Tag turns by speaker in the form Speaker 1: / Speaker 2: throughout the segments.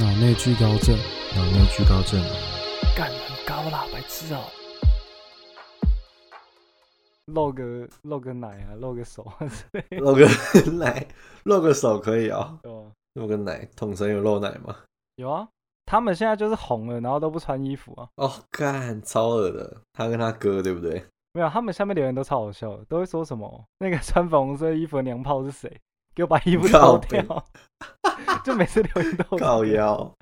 Speaker 1: 脑内聚高症，
Speaker 2: 脑内聚高症，
Speaker 3: 干很高啦，白痴哦、露个露个奶啊，露个手啊之类的，
Speaker 2: 露个 奶，露个手可以哦，
Speaker 3: 对吧？
Speaker 2: 露个奶，统神有露奶吗？
Speaker 3: 有啊，他们现在就是红了，然后都不穿衣服啊。
Speaker 2: 哦，干，超恶的，他跟他哥对不对？
Speaker 3: 没有，他们下面留言都超好笑的，都会说什么那个穿粉红色衣服的娘炮是谁？给我把衣服
Speaker 2: 靠
Speaker 3: 脱
Speaker 2: 北
Speaker 3: 掉！ 就每次留言都有这
Speaker 2: 靠
Speaker 3: 个，
Speaker 2: 腰，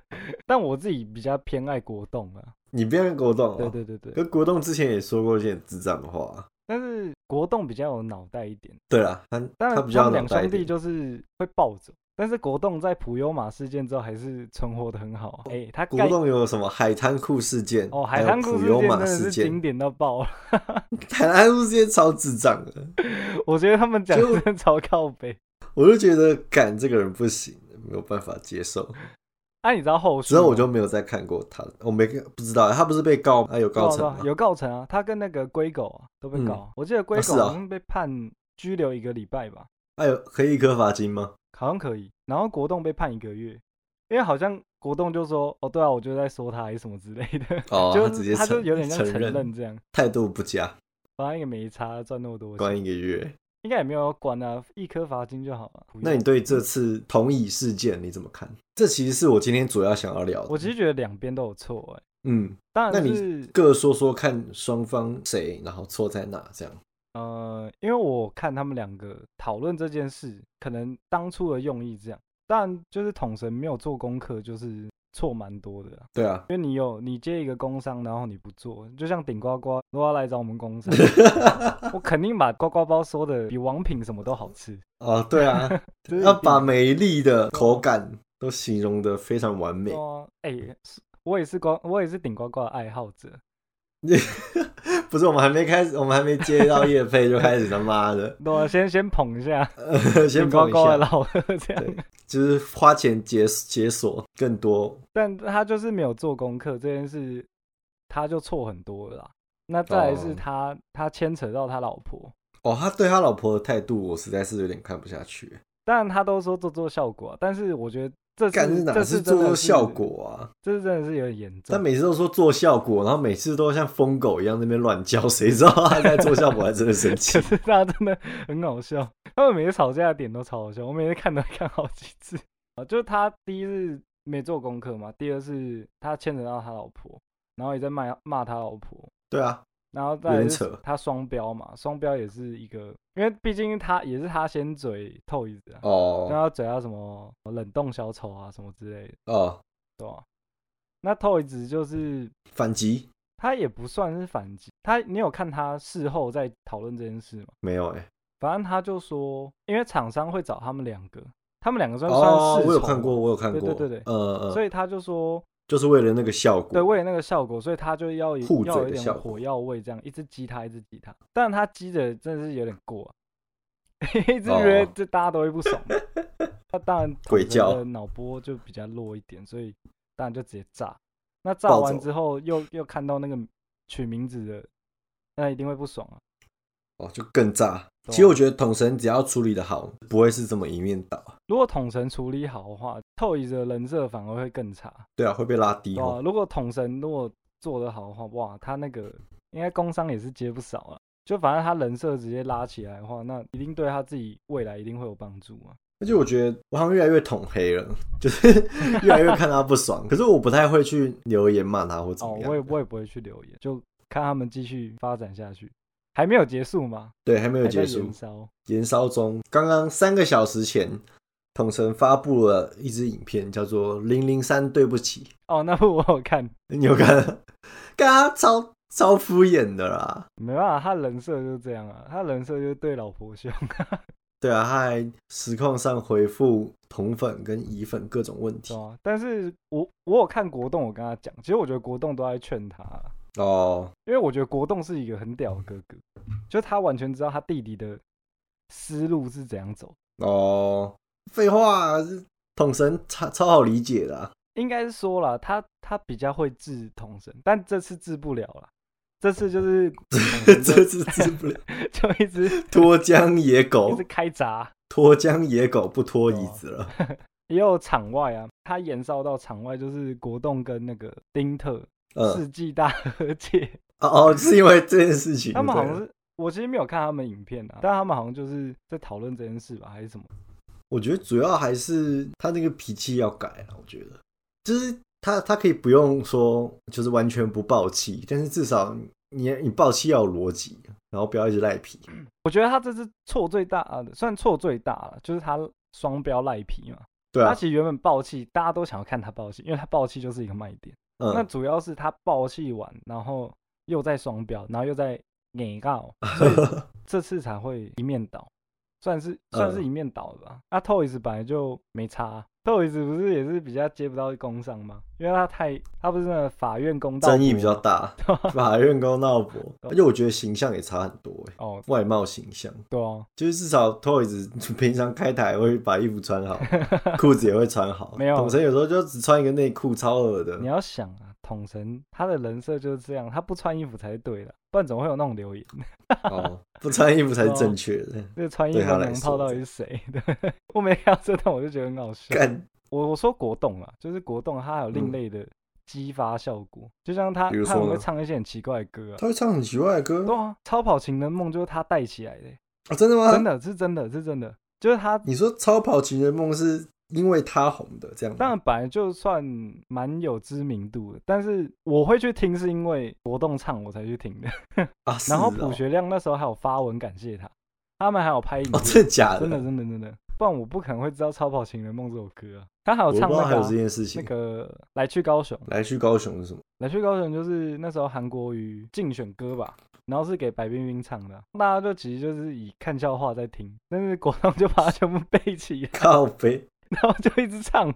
Speaker 3: 但我自己比较偏爱国栋啊。
Speaker 2: 你不要跟国栋、哦，
Speaker 3: 对对对对，
Speaker 2: 可国栋之前也说过一些很智障的话。
Speaker 3: 但是国栋比较有脑袋一点，
Speaker 2: 对啦，他
Speaker 3: 当然
Speaker 2: 比
Speaker 3: 他
Speaker 2: 较
Speaker 3: 们
Speaker 2: 脑
Speaker 3: 两
Speaker 2: 袋一
Speaker 3: 兄弟
Speaker 2: 点。
Speaker 3: 就是会暴走。但是国栋在普悠玛事件之后还是存活的很好啊，哎、他
Speaker 2: 国
Speaker 3: 盖
Speaker 2: 栋有什么海滩库事件？
Speaker 3: 哦
Speaker 2: 还
Speaker 3: 海
Speaker 2: 有
Speaker 3: 滩故
Speaker 2: 普
Speaker 3: 事
Speaker 2: 悠
Speaker 3: 件真
Speaker 2: 玛
Speaker 3: 的
Speaker 2: 事
Speaker 3: 是经
Speaker 2: 件，
Speaker 3: 典到爆了，
Speaker 2: 海滩库事件超智障的，
Speaker 3: 我觉得他们讲
Speaker 2: 就
Speaker 3: 真的超靠北。
Speaker 2: 我就觉得干这个人不行，没有办法接受。
Speaker 3: 哎、你知道后续
Speaker 2: 之后我
Speaker 3: 吗
Speaker 2: 就没有再看过他，我没看不知道他不是被告他有
Speaker 3: 对啊
Speaker 2: 告成
Speaker 3: 对啊
Speaker 2: 吗？
Speaker 3: 有告成啊，他跟那个龟狗啊都被
Speaker 2: 嗯
Speaker 3: 告啊、我记得龟
Speaker 2: 是
Speaker 3: 狗
Speaker 2: 啊
Speaker 3: 好像被判拘留一个礼拜吧，
Speaker 2: 哎呦，可以一颗罚金吗？
Speaker 3: 好像可以。然后国栋被判一个月，因为好像国栋就说哦，对啊，我就在说他还是什么之类的，
Speaker 2: 哦，
Speaker 3: 就
Speaker 2: 他直接
Speaker 3: 他就
Speaker 2: 承
Speaker 3: 有点像承
Speaker 2: 承
Speaker 3: 认这样，
Speaker 2: 态度不佳，
Speaker 3: 反正也没差，赚那么多钱，
Speaker 2: 关一个月。
Speaker 3: 应该也没有管啊，一颗罚金就好了。不
Speaker 2: 那
Speaker 3: 用
Speaker 2: 你对这次同椅事件你怎么看？这其实是我今天主要想要聊的。
Speaker 3: 我其实觉得两边都有错哎、
Speaker 2: 嗯，
Speaker 3: 当
Speaker 2: 那
Speaker 3: 然
Speaker 2: 你
Speaker 3: 是
Speaker 2: 各说说看双方谁，然后错在哪这样。
Speaker 3: 呃，因为我看他们两个讨论这件事，可能当初的用意这样，但就是统神没有做功课，就是错蛮多的啊、
Speaker 2: 对啊，
Speaker 3: 因为你有你接一个工商，然后你不做，就像顶呱呱，如果要来找我们工商， 我肯定把呱呱包说的比王品什么都好吃，
Speaker 2: 哦，对啊，
Speaker 3: 就是
Speaker 2: 要
Speaker 3: 一定
Speaker 2: 把美丽的口感都形容的非常完美
Speaker 3: 对。啊，哎、是我也是呱，我也是顶呱呱的爱好者，
Speaker 2: 不是，我们还没开始，我们还没接到叶配就开始他 妈的，
Speaker 3: 那我啊先先捧一下
Speaker 2: 呃先
Speaker 3: 顶呱
Speaker 2: 放一
Speaker 3: 呱的
Speaker 2: 下，
Speaker 3: 老二这样。
Speaker 2: 对就是花钱解解锁更多。
Speaker 3: 但他就是没有做功课这件事，他就错很多了啦。那再来
Speaker 2: 哦
Speaker 3: 是他、他牵扯到他老婆，
Speaker 2: 哦，他对他老婆的态度，我实在是有点看不下去。
Speaker 3: 当然他都说做做效果啊、但是我觉得这
Speaker 2: 干这
Speaker 3: 次
Speaker 2: 哪
Speaker 3: 这
Speaker 2: 是
Speaker 3: 次
Speaker 2: 做
Speaker 3: 真的
Speaker 2: 做
Speaker 3: 是
Speaker 2: 效，果啊？
Speaker 3: 这次真的是有点严
Speaker 2: 他
Speaker 3: 重。
Speaker 2: 每次都说做效果，然后每次都像疯狗一样在那边乱叫，谁知道他在做效果，还真的生 气
Speaker 3: 可。是他真的很好笑，他们每次吵架的点都超好笑，我每次看都会看好几次啊。就是他第一是没做功课嘛，第二是他牵扯到他老婆，然后也在骂骂他老婆，
Speaker 2: 对啊，
Speaker 3: 然后
Speaker 2: 有
Speaker 3: 再来
Speaker 2: 点
Speaker 3: 是
Speaker 2: 扯
Speaker 3: 他双标嘛，双标也是一个，因为毕竟他也是他先嘴透一子啊，然
Speaker 2: 哦
Speaker 3: 后嘴他什么冷冻小丑啊什么之类的，
Speaker 2: 哦，
Speaker 3: 对吧、那透一子就是
Speaker 2: 反击
Speaker 3: 他也不算是反击，他你有看他事后在讨论这件事吗？
Speaker 2: 没有哎、
Speaker 3: 反正他就说，因为厂商会找他们两个，他们两个算算
Speaker 2: 哦
Speaker 3: 世，
Speaker 2: 我有
Speaker 3: 仇
Speaker 2: 看过，
Speaker 3: 嘛，
Speaker 2: 我有看过，
Speaker 3: 对对对对
Speaker 2: 呃
Speaker 3: 所
Speaker 2: 呃，
Speaker 3: 以他就说，
Speaker 2: 就是为了那个效
Speaker 3: 对，
Speaker 2: 果，
Speaker 3: 为了那个效果，所以他就要有
Speaker 2: 互
Speaker 3: 要
Speaker 2: 嘴
Speaker 3: 有一
Speaker 2: 的
Speaker 3: 点
Speaker 2: 效
Speaker 3: 火
Speaker 2: 果
Speaker 3: 药味，这样一直激他，一直激他。但他激的真的是有点过、啊， 一直觉得
Speaker 2: 哦
Speaker 3: 这大家都会不爽 嘛。他当然
Speaker 2: 鬼
Speaker 3: 统神
Speaker 2: 叫
Speaker 3: 的脑波就比较弱一点，所以当然就直接炸。那炸
Speaker 2: 暴
Speaker 3: 完
Speaker 2: 走
Speaker 3: 之后又，又看到那个取名字的，那一定会不爽啊。
Speaker 2: 哦，就更炸。
Speaker 3: 对啊
Speaker 2: 其实我觉得统神只要处理的好，不会是这么一面倒。
Speaker 3: 如果统神处理好的话，透一的人设反而会更差。
Speaker 2: 对啊，会被拉低
Speaker 3: 对啊，
Speaker 2: 哦。
Speaker 3: 如果统神如果做得好的话，哇，他那个应该工伤也是接不少啊。就反正他人设直接拉起来的话，那一定对他自己未来一定会有帮助啊。
Speaker 2: 而且我觉得我好像越来越统黑了，就是 越来越看他不爽。可是我不太会去留言骂他或怎
Speaker 3: 哦
Speaker 2: 么，样
Speaker 3: 我也
Speaker 2: 的。
Speaker 3: 我也不会去留言，就看他们继续发展下去。还没有结束吗？
Speaker 2: 对，还没有
Speaker 3: 还在
Speaker 2: 结束
Speaker 3: 燃。烧。
Speaker 2: 燃烧中。刚刚三个小时前，统神发布了一支影片，叫做《零零三对不起
Speaker 3: 哦，那 部我有看，》，
Speaker 2: 你有看？ 看他超超敷衍的啦。
Speaker 3: 没办法，他人设就是这样啊，他人设就是对老婆凶。
Speaker 2: 对啊，他还实况上回复同粉跟乙粉各种问题
Speaker 3: 对啊，但是我我有看国栋，我跟他讲，其实我觉得国栋都在劝他啊，
Speaker 2: 哦。
Speaker 3: 因为我觉得国栋是一个很屌的哥哥，就他完全知道他弟弟的思路是怎样走，
Speaker 2: 哦，废话，统神超超好理解的啊、
Speaker 3: 应该是说了他他比较会治童神，但这次治不了了，这次就是统神
Speaker 2: 这
Speaker 3: 就
Speaker 2: 次治不了，
Speaker 3: 就一直
Speaker 2: 脱缰野
Speaker 3: 一
Speaker 2: 狗
Speaker 3: 直，开闸，
Speaker 2: 脱缰野狗不脱椅子了。
Speaker 3: 也有场外啊，它延烧到场外就是国栋跟那个丁特世
Speaker 2: 嗯，
Speaker 3: 纪大和解，
Speaker 2: 哦哦，是因为这件事情，
Speaker 3: 他们好
Speaker 2: 对
Speaker 3: 像是我其实没有看他们影片啊，但他们好像就是在讨论这件事吧，还是什么？
Speaker 2: 我觉得主要还是他那个脾气要改啊，我觉得就是他他可以不用说就是完全不爆气，但是至少你你爆气要有逻辑，然后不要一直赖皮。
Speaker 3: 我觉得他这次错最大的，算错最大了，就是他双标赖皮嘛。
Speaker 2: 对
Speaker 3: 他
Speaker 2: 啊，
Speaker 3: 其实原本爆气，大家都想要看他爆气，因为他爆气就是一个卖点。那
Speaker 2: 嗯，
Speaker 3: 主要是他爆气完，然后又在双标，然后又在演 告，所以这次才会一面倒，算是算是
Speaker 2: 嗯
Speaker 3: 一面倒了吧。那、Toys 本来就没差、Toys 啊不是也是比较接不到工伤吗？因为他太他不是那个法院公道
Speaker 2: 争议
Speaker 3: 博
Speaker 2: 比较
Speaker 3: 吗
Speaker 2: 大， 法院跟闹博，而且我觉得形象也差很多、欸，
Speaker 3: 哦，
Speaker 2: 外貌形象
Speaker 3: 对啊，
Speaker 2: 就是至少 Toys 平常开台会把衣服 穿好，裤子也会穿好，
Speaker 3: 没有
Speaker 2: 董神有时候就只穿一个内裤，超恶的
Speaker 3: 你。要想啊，统神他的人设就是这样，他不穿衣服才是对的，不然怎么会有那种留言？
Speaker 2: 哦，不穿衣服才是正确 的。
Speaker 3: 这个穿衣服
Speaker 2: 对他来
Speaker 3: 娘炮
Speaker 2: 说
Speaker 3: 到底是谁？ 对，我每看到这段我就觉得很好笑。
Speaker 2: 干，
Speaker 3: 我我说国栋啊，就是国栋，它还有另
Speaker 2: 嗯
Speaker 3: 类的激发效果，就像他
Speaker 2: 比如
Speaker 3: 他
Speaker 2: 说
Speaker 3: 很会
Speaker 2: 呢
Speaker 3: 唱一些很奇怪的歌啊。
Speaker 2: 他会唱很奇怪的歌
Speaker 3: 对啊，超跑情人梦就是他带起来的欸、
Speaker 2: 哦，真的吗？
Speaker 3: 真的是真的是真的，就是他
Speaker 2: 你说《超跑情人梦》是因为他红的这样吗？
Speaker 3: 当然本来就算蛮有知名度的，但是我会去听是因为国栋唱我才去听的。
Speaker 2: 啊，是
Speaker 3: 然后
Speaker 2: 哦
Speaker 3: 朴学亮那时候还有发文感谢他，他们还有拍影
Speaker 2: 哦，
Speaker 3: 片，
Speaker 2: 真的假
Speaker 3: 真的真的真的，不然我不可能会知道《超跑情人梦》这首歌啊。他还有
Speaker 2: 我
Speaker 3: 唱
Speaker 2: 不知道
Speaker 3: 那
Speaker 2: 还
Speaker 3: 个
Speaker 2: 有
Speaker 3: 啊、
Speaker 2: 这件事情。
Speaker 3: 那个来去高雄，
Speaker 2: 来去高雄是什么？
Speaker 3: 来去高雄就是那时候韩国瑜竞选歌吧，然后是给白冰冰唱的啊，大家就其实就是以看笑话在听，但是国栋就把它全部背起来，
Speaker 2: 靠北，
Speaker 3: 然后就一直唱。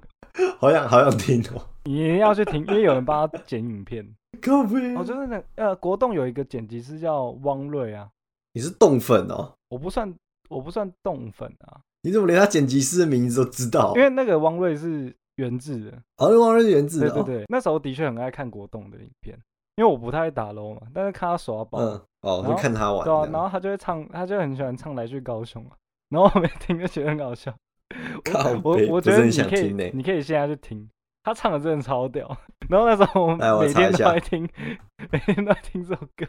Speaker 2: 好想好想听哦。
Speaker 3: 你要去听，因为有人帮他剪影片。
Speaker 2: 靠北，
Speaker 3: 哦，就是那呃，国栋有一个剪辑师叫汪瑞啊，
Speaker 2: 你是冻粉哦？
Speaker 3: 我不算我不算动粉啊，
Speaker 2: 你怎么连他剪辑师的名字都知道哦
Speaker 3: 因？为那个汪瑞是原制的，
Speaker 2: 哦，是王瑞源自
Speaker 3: 对
Speaker 2: 的
Speaker 3: 对
Speaker 2: 哦。
Speaker 3: 对，那时候的确很爱看国栋的影片，因为我不太会打 LO 嘛，但是看他耍宝，
Speaker 2: 嗯，哦，
Speaker 3: 然后
Speaker 2: 就看他玩
Speaker 3: 对啊，
Speaker 2: 这
Speaker 3: 然
Speaker 2: 样。
Speaker 3: 后他就会唱，他就很喜欢唱《来去高雄》啊，然后我每听就觉得很搞 笑，
Speaker 2: 靠
Speaker 3: 我
Speaker 2: 北，
Speaker 3: 我
Speaker 2: 不
Speaker 3: 觉
Speaker 2: 是
Speaker 3: 得你
Speaker 2: 很想
Speaker 3: 可以
Speaker 2: 听呢。
Speaker 3: 你可以现在去听，他唱的真的超屌，然后那时候我
Speaker 2: 来我
Speaker 3: 每
Speaker 2: 查
Speaker 3: 天
Speaker 2: 一
Speaker 3: 都
Speaker 2: 下
Speaker 3: 在听， 每天都在听这首歌。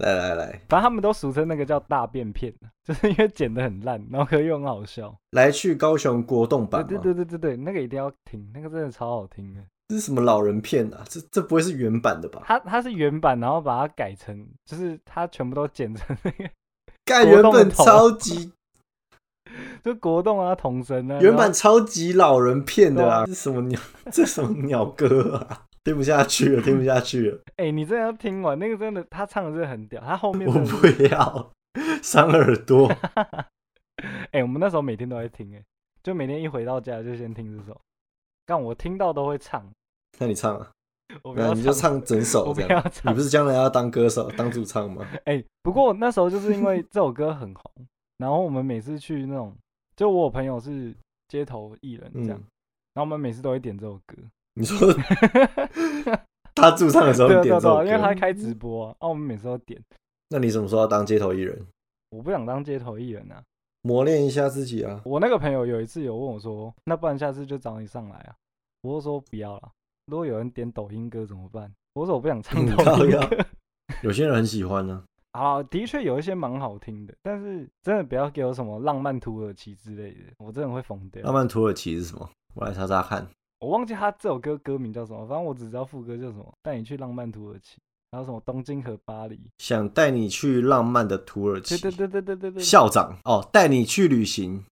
Speaker 2: 来来来，
Speaker 3: 反正他们都俗称那个叫大便片，啊就是因为剪得很烂，然后可又很好笑。
Speaker 2: 来去高雄国动版
Speaker 3: 对
Speaker 2: 吗？
Speaker 3: 对对对对对，那个一定要听，那个真的超好听的。
Speaker 2: 这是什么老人片啊？这这不会是原版的吧？
Speaker 3: 它它是原版，然后把它改成，就是它全部都剪成那个，
Speaker 2: 干
Speaker 3: 国
Speaker 2: 原
Speaker 3: 栋的啊
Speaker 2: 本
Speaker 3: 头
Speaker 2: 超级
Speaker 3: 就国栋啊、童声啊，
Speaker 2: 原
Speaker 3: 然
Speaker 2: 版
Speaker 3: 后
Speaker 2: 超级老人片的
Speaker 3: 对
Speaker 2: 啦，
Speaker 3: 啊
Speaker 2: 这什么鸟？ 这什么鸟歌啊？听不下去了，听不下 去了，
Speaker 3: 哎、你真的要听完那个，真的他唱的真的很屌，他后面
Speaker 2: 我
Speaker 3: 真的是
Speaker 2: 不要，伤耳朵。
Speaker 3: 哎、我们那时候每天都在听、哎，就每天一回到家就先听这首，但我听到都会唱，
Speaker 2: 那你唱啊，
Speaker 3: 我不
Speaker 2: 那
Speaker 3: 要
Speaker 2: 你就
Speaker 3: 唱，
Speaker 2: 唱整
Speaker 3: 我
Speaker 2: 首
Speaker 3: 不
Speaker 2: 这
Speaker 3: 要
Speaker 2: 样。
Speaker 3: 唱
Speaker 2: 你不，是将来要当歌手、当主唱吗？
Speaker 3: 哎、不过那时候就是因为这首歌很红，然后我们每次去那种，就我有朋友是街头艺人 这样，
Speaker 2: 嗯，
Speaker 3: 然后我们每次都会点这首歌，
Speaker 2: 你说他驻唱的时候
Speaker 3: 对啊对
Speaker 2: 你点
Speaker 3: 啊
Speaker 2: 这首
Speaker 3: 对啊，
Speaker 2: 歌
Speaker 3: 因为他，开直播啊，啊我们每次都点，
Speaker 2: 那你什么时候要当街头艺人？
Speaker 3: 我不想当街头艺人啊。
Speaker 2: 磨练一下自己啊！
Speaker 3: 我那个朋友有一次有问我说，那不然下次就找你上来啊，我就说不要了，如果有人点抖音歌怎么办？我说我不想 唱抖
Speaker 2: 嗯靠
Speaker 3: 音
Speaker 2: 腰
Speaker 3: 歌。
Speaker 2: 有些人很喜欢呢、
Speaker 3: 啊，的确有一些蛮好听的，但是真的不要给我什么浪漫土耳其之类的，我真的会疯掉
Speaker 2: 浪。漫土耳其是什么？我来查查看。
Speaker 3: 我忘记他这首歌歌名叫什么，反正我只知道副歌叫什么，带你去浪漫土耳其，然后什么东京和巴黎，
Speaker 2: 想带你去浪漫的土耳其
Speaker 3: 对。对对对对对对，
Speaker 2: 校长哦，带你去旅行。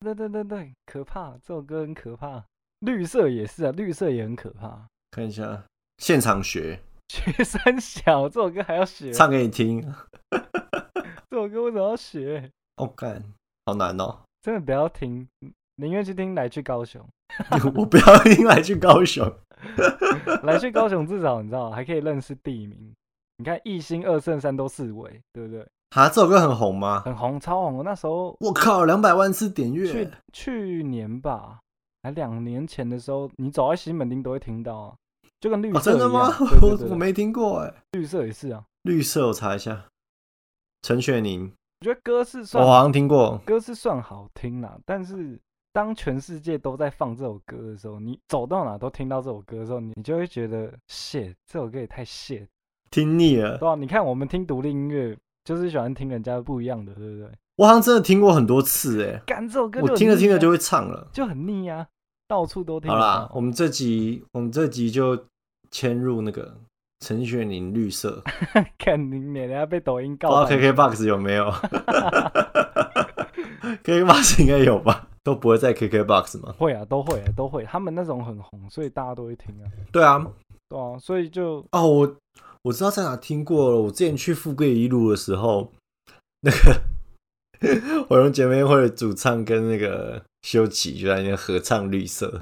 Speaker 3: 对对对对，可怕，这首歌很可怕。绿色也是啊，绿色也很可怕。
Speaker 2: 看一下现场学，
Speaker 3: 学 生小这首歌还要学，
Speaker 2: 唱给你听。
Speaker 3: 这首歌为什么要学？
Speaker 2: 哦，干，好难哦！
Speaker 3: 真的不要听，宁愿去听来去高雄，
Speaker 2: 我不要听来去高雄。
Speaker 3: 来去高雄至少你知道还可以认识地名。你看一星二胜三都四维，对不对？
Speaker 2: 哈，这首歌很红吗？
Speaker 3: 很红，超红。我那时候
Speaker 2: 我靠，两百万次点
Speaker 3: 去
Speaker 2: 阅，
Speaker 3: 去年吧，还两年前的时候，你走在西门町都会听到啊，就跟绿
Speaker 2: 哦，
Speaker 3: 色
Speaker 2: 真
Speaker 3: 一
Speaker 2: 的
Speaker 3: 样。
Speaker 2: 吗？
Speaker 3: 对对对
Speaker 2: 我
Speaker 3: 对
Speaker 2: 我没听过哎。
Speaker 3: 绿色也是啊。
Speaker 2: 绿色，我查一下。陈雪凝，
Speaker 3: 我觉得歌是
Speaker 2: 我
Speaker 3: 算
Speaker 2: 好像听过。
Speaker 3: 歌是算好听啦，但是当全世界都在放这首歌的时候，你走到哪都听到这首歌的时候，你你就会觉得 shit，这首歌也太 shit，
Speaker 2: 听腻了
Speaker 3: 对。啊吧、你看我们听独立音乐，就是喜欢听人家不一样的，对不对？
Speaker 2: 我好像真的听过很多次哎、
Speaker 3: 干这首歌就很腻啊、
Speaker 2: 我听着听着就会唱了。
Speaker 3: 就很腻啊，到处都听啊
Speaker 2: 好
Speaker 3: 得
Speaker 2: 啦，
Speaker 3: 到。
Speaker 2: 我们这集我们这集就迁入那个陈雪凝绿色，
Speaker 3: 看你脸，人家被抖音
Speaker 2: 不
Speaker 3: 告
Speaker 2: 知道
Speaker 3: 版
Speaker 2: KK 哦 Box 有没有 ？KK Box 应该有吧？都不会在 KK Box 吗？
Speaker 3: 会啊，都会啊，都会。他们那种很红，所以大家都会听啊，
Speaker 2: 对啊，
Speaker 3: 对啊，所以就
Speaker 2: 哦，我我知道在哪听过了。我之前去富贵一路的时候，那个 我荣姐妹会的主唱跟那个修齐就在那边合唱《绿色》，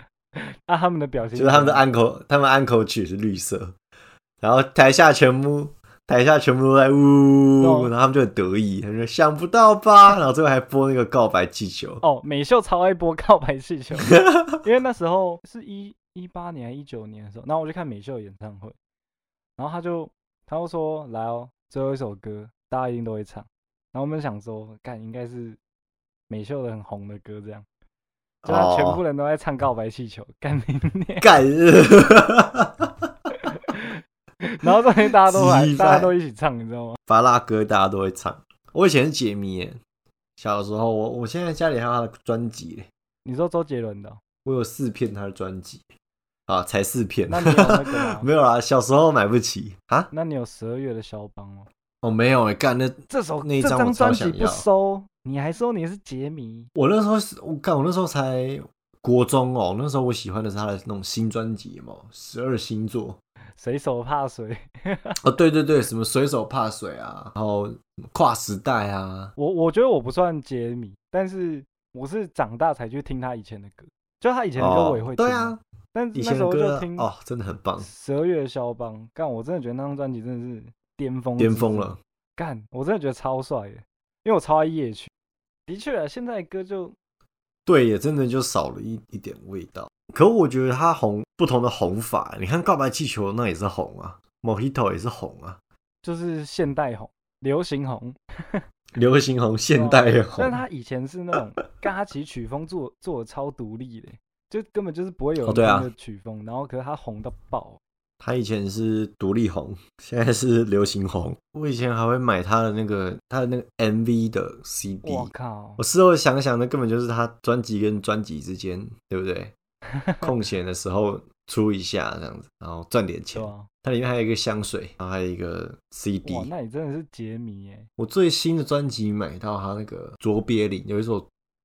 Speaker 3: 啊，他们的表情
Speaker 2: 就是他们的 uncle，他们 uncle 曲是绿色，然后台下全部台下全部都在呜，
Speaker 3: 哦
Speaker 2: 然后他们就很得意，他们说想不到吧，然后最后还播那个告白气球，
Speaker 3: 哦，美秀超爱播 告白气球，因为那时候是一一八年还一九年的时候，然后我就看美秀演唱会，然后他就他就说来哦，最后一首歌大家一定都会唱，然后我们想说，干应该是美秀的很红的歌这样，就他全部
Speaker 2: 哦
Speaker 3: 人都在唱告白气球，干你娘！
Speaker 2: 干，
Speaker 3: 然后这边大家都来
Speaker 2: 鸡，
Speaker 3: 大家
Speaker 2: 掰
Speaker 3: 都一起唱，你知道吗？
Speaker 2: 巴拉歌大家都会唱，我以前是解谜耶，小时候我我现在家里还有他的专辑耶。
Speaker 3: 你说周杰伦的哦、
Speaker 2: 我有四片他的专辑啊，才四片。
Speaker 3: 那你有那个吗
Speaker 2: 没有啦，小时候买不起啊。
Speaker 3: 那你有十二月的肖邦吗？
Speaker 2: 哦，没有哎、干那
Speaker 3: 这首
Speaker 2: 那一
Speaker 3: 这
Speaker 2: 张我
Speaker 3: 张
Speaker 2: 超
Speaker 3: 专
Speaker 2: 想
Speaker 3: 辑不
Speaker 2: 要
Speaker 3: 收，你还说你是杰迷？
Speaker 2: 我那时候是，我干我那时候才国中哦，那时候我喜欢的是他的那种新专辑嘛，十二星座。
Speaker 3: 谁手怕谁？
Speaker 2: 哦，对对对，什么水手怕水啊，然后什么跨时代啊，
Speaker 3: 我我觉得我不算杰迷，但是我是长大才去听他以前的歌，就他以前的歌我也会听、
Speaker 2: 哦对啊，，
Speaker 3: 但是
Speaker 2: 以
Speaker 3: 那
Speaker 2: 前
Speaker 3: 时
Speaker 2: 的
Speaker 3: 候
Speaker 2: 歌
Speaker 3: 就
Speaker 2: 啊
Speaker 3: 听
Speaker 2: 哦，真的很棒，
Speaker 3: 十二月的肖邦，干我真的觉得那张专辑真的是巅峰
Speaker 2: 巅
Speaker 3: 之
Speaker 2: 峰
Speaker 3: 作
Speaker 2: 了。
Speaker 3: 干，我真的觉得超帅耶，因为我超爱夜曲。的确、啊，现在的歌就
Speaker 2: 对，也真的就少了一一点味道。可我觉得他红不同的红法，你看告白气球那也是红啊，Mojito 也是红啊，
Speaker 3: 就是现代红、流行红，啊
Speaker 2: 流行红、现代也红
Speaker 3: 但。他以前哦是那 种嘎其曲风做做的超独立的，欸就根本就是不会有
Speaker 2: 哦
Speaker 3: 人
Speaker 2: 对啊
Speaker 3: 听的曲风，然后可是他红到爆，
Speaker 2: 他以前是独立红，现在是流行红。我以前还会买他的那个他的那个 MV 的 CD。
Speaker 3: 我靠
Speaker 2: 我！事后想想，那根本就是他专辑跟专辑之间，对 不对？空闲的时候出一下这样子，然后赚点钱
Speaker 3: 对。啊，
Speaker 2: 它里面还有一个香水，然后还有一个 CD。
Speaker 3: 哇，那你真的是杰迷耶！
Speaker 2: 我最新的专辑买到他那个卓别林，有一首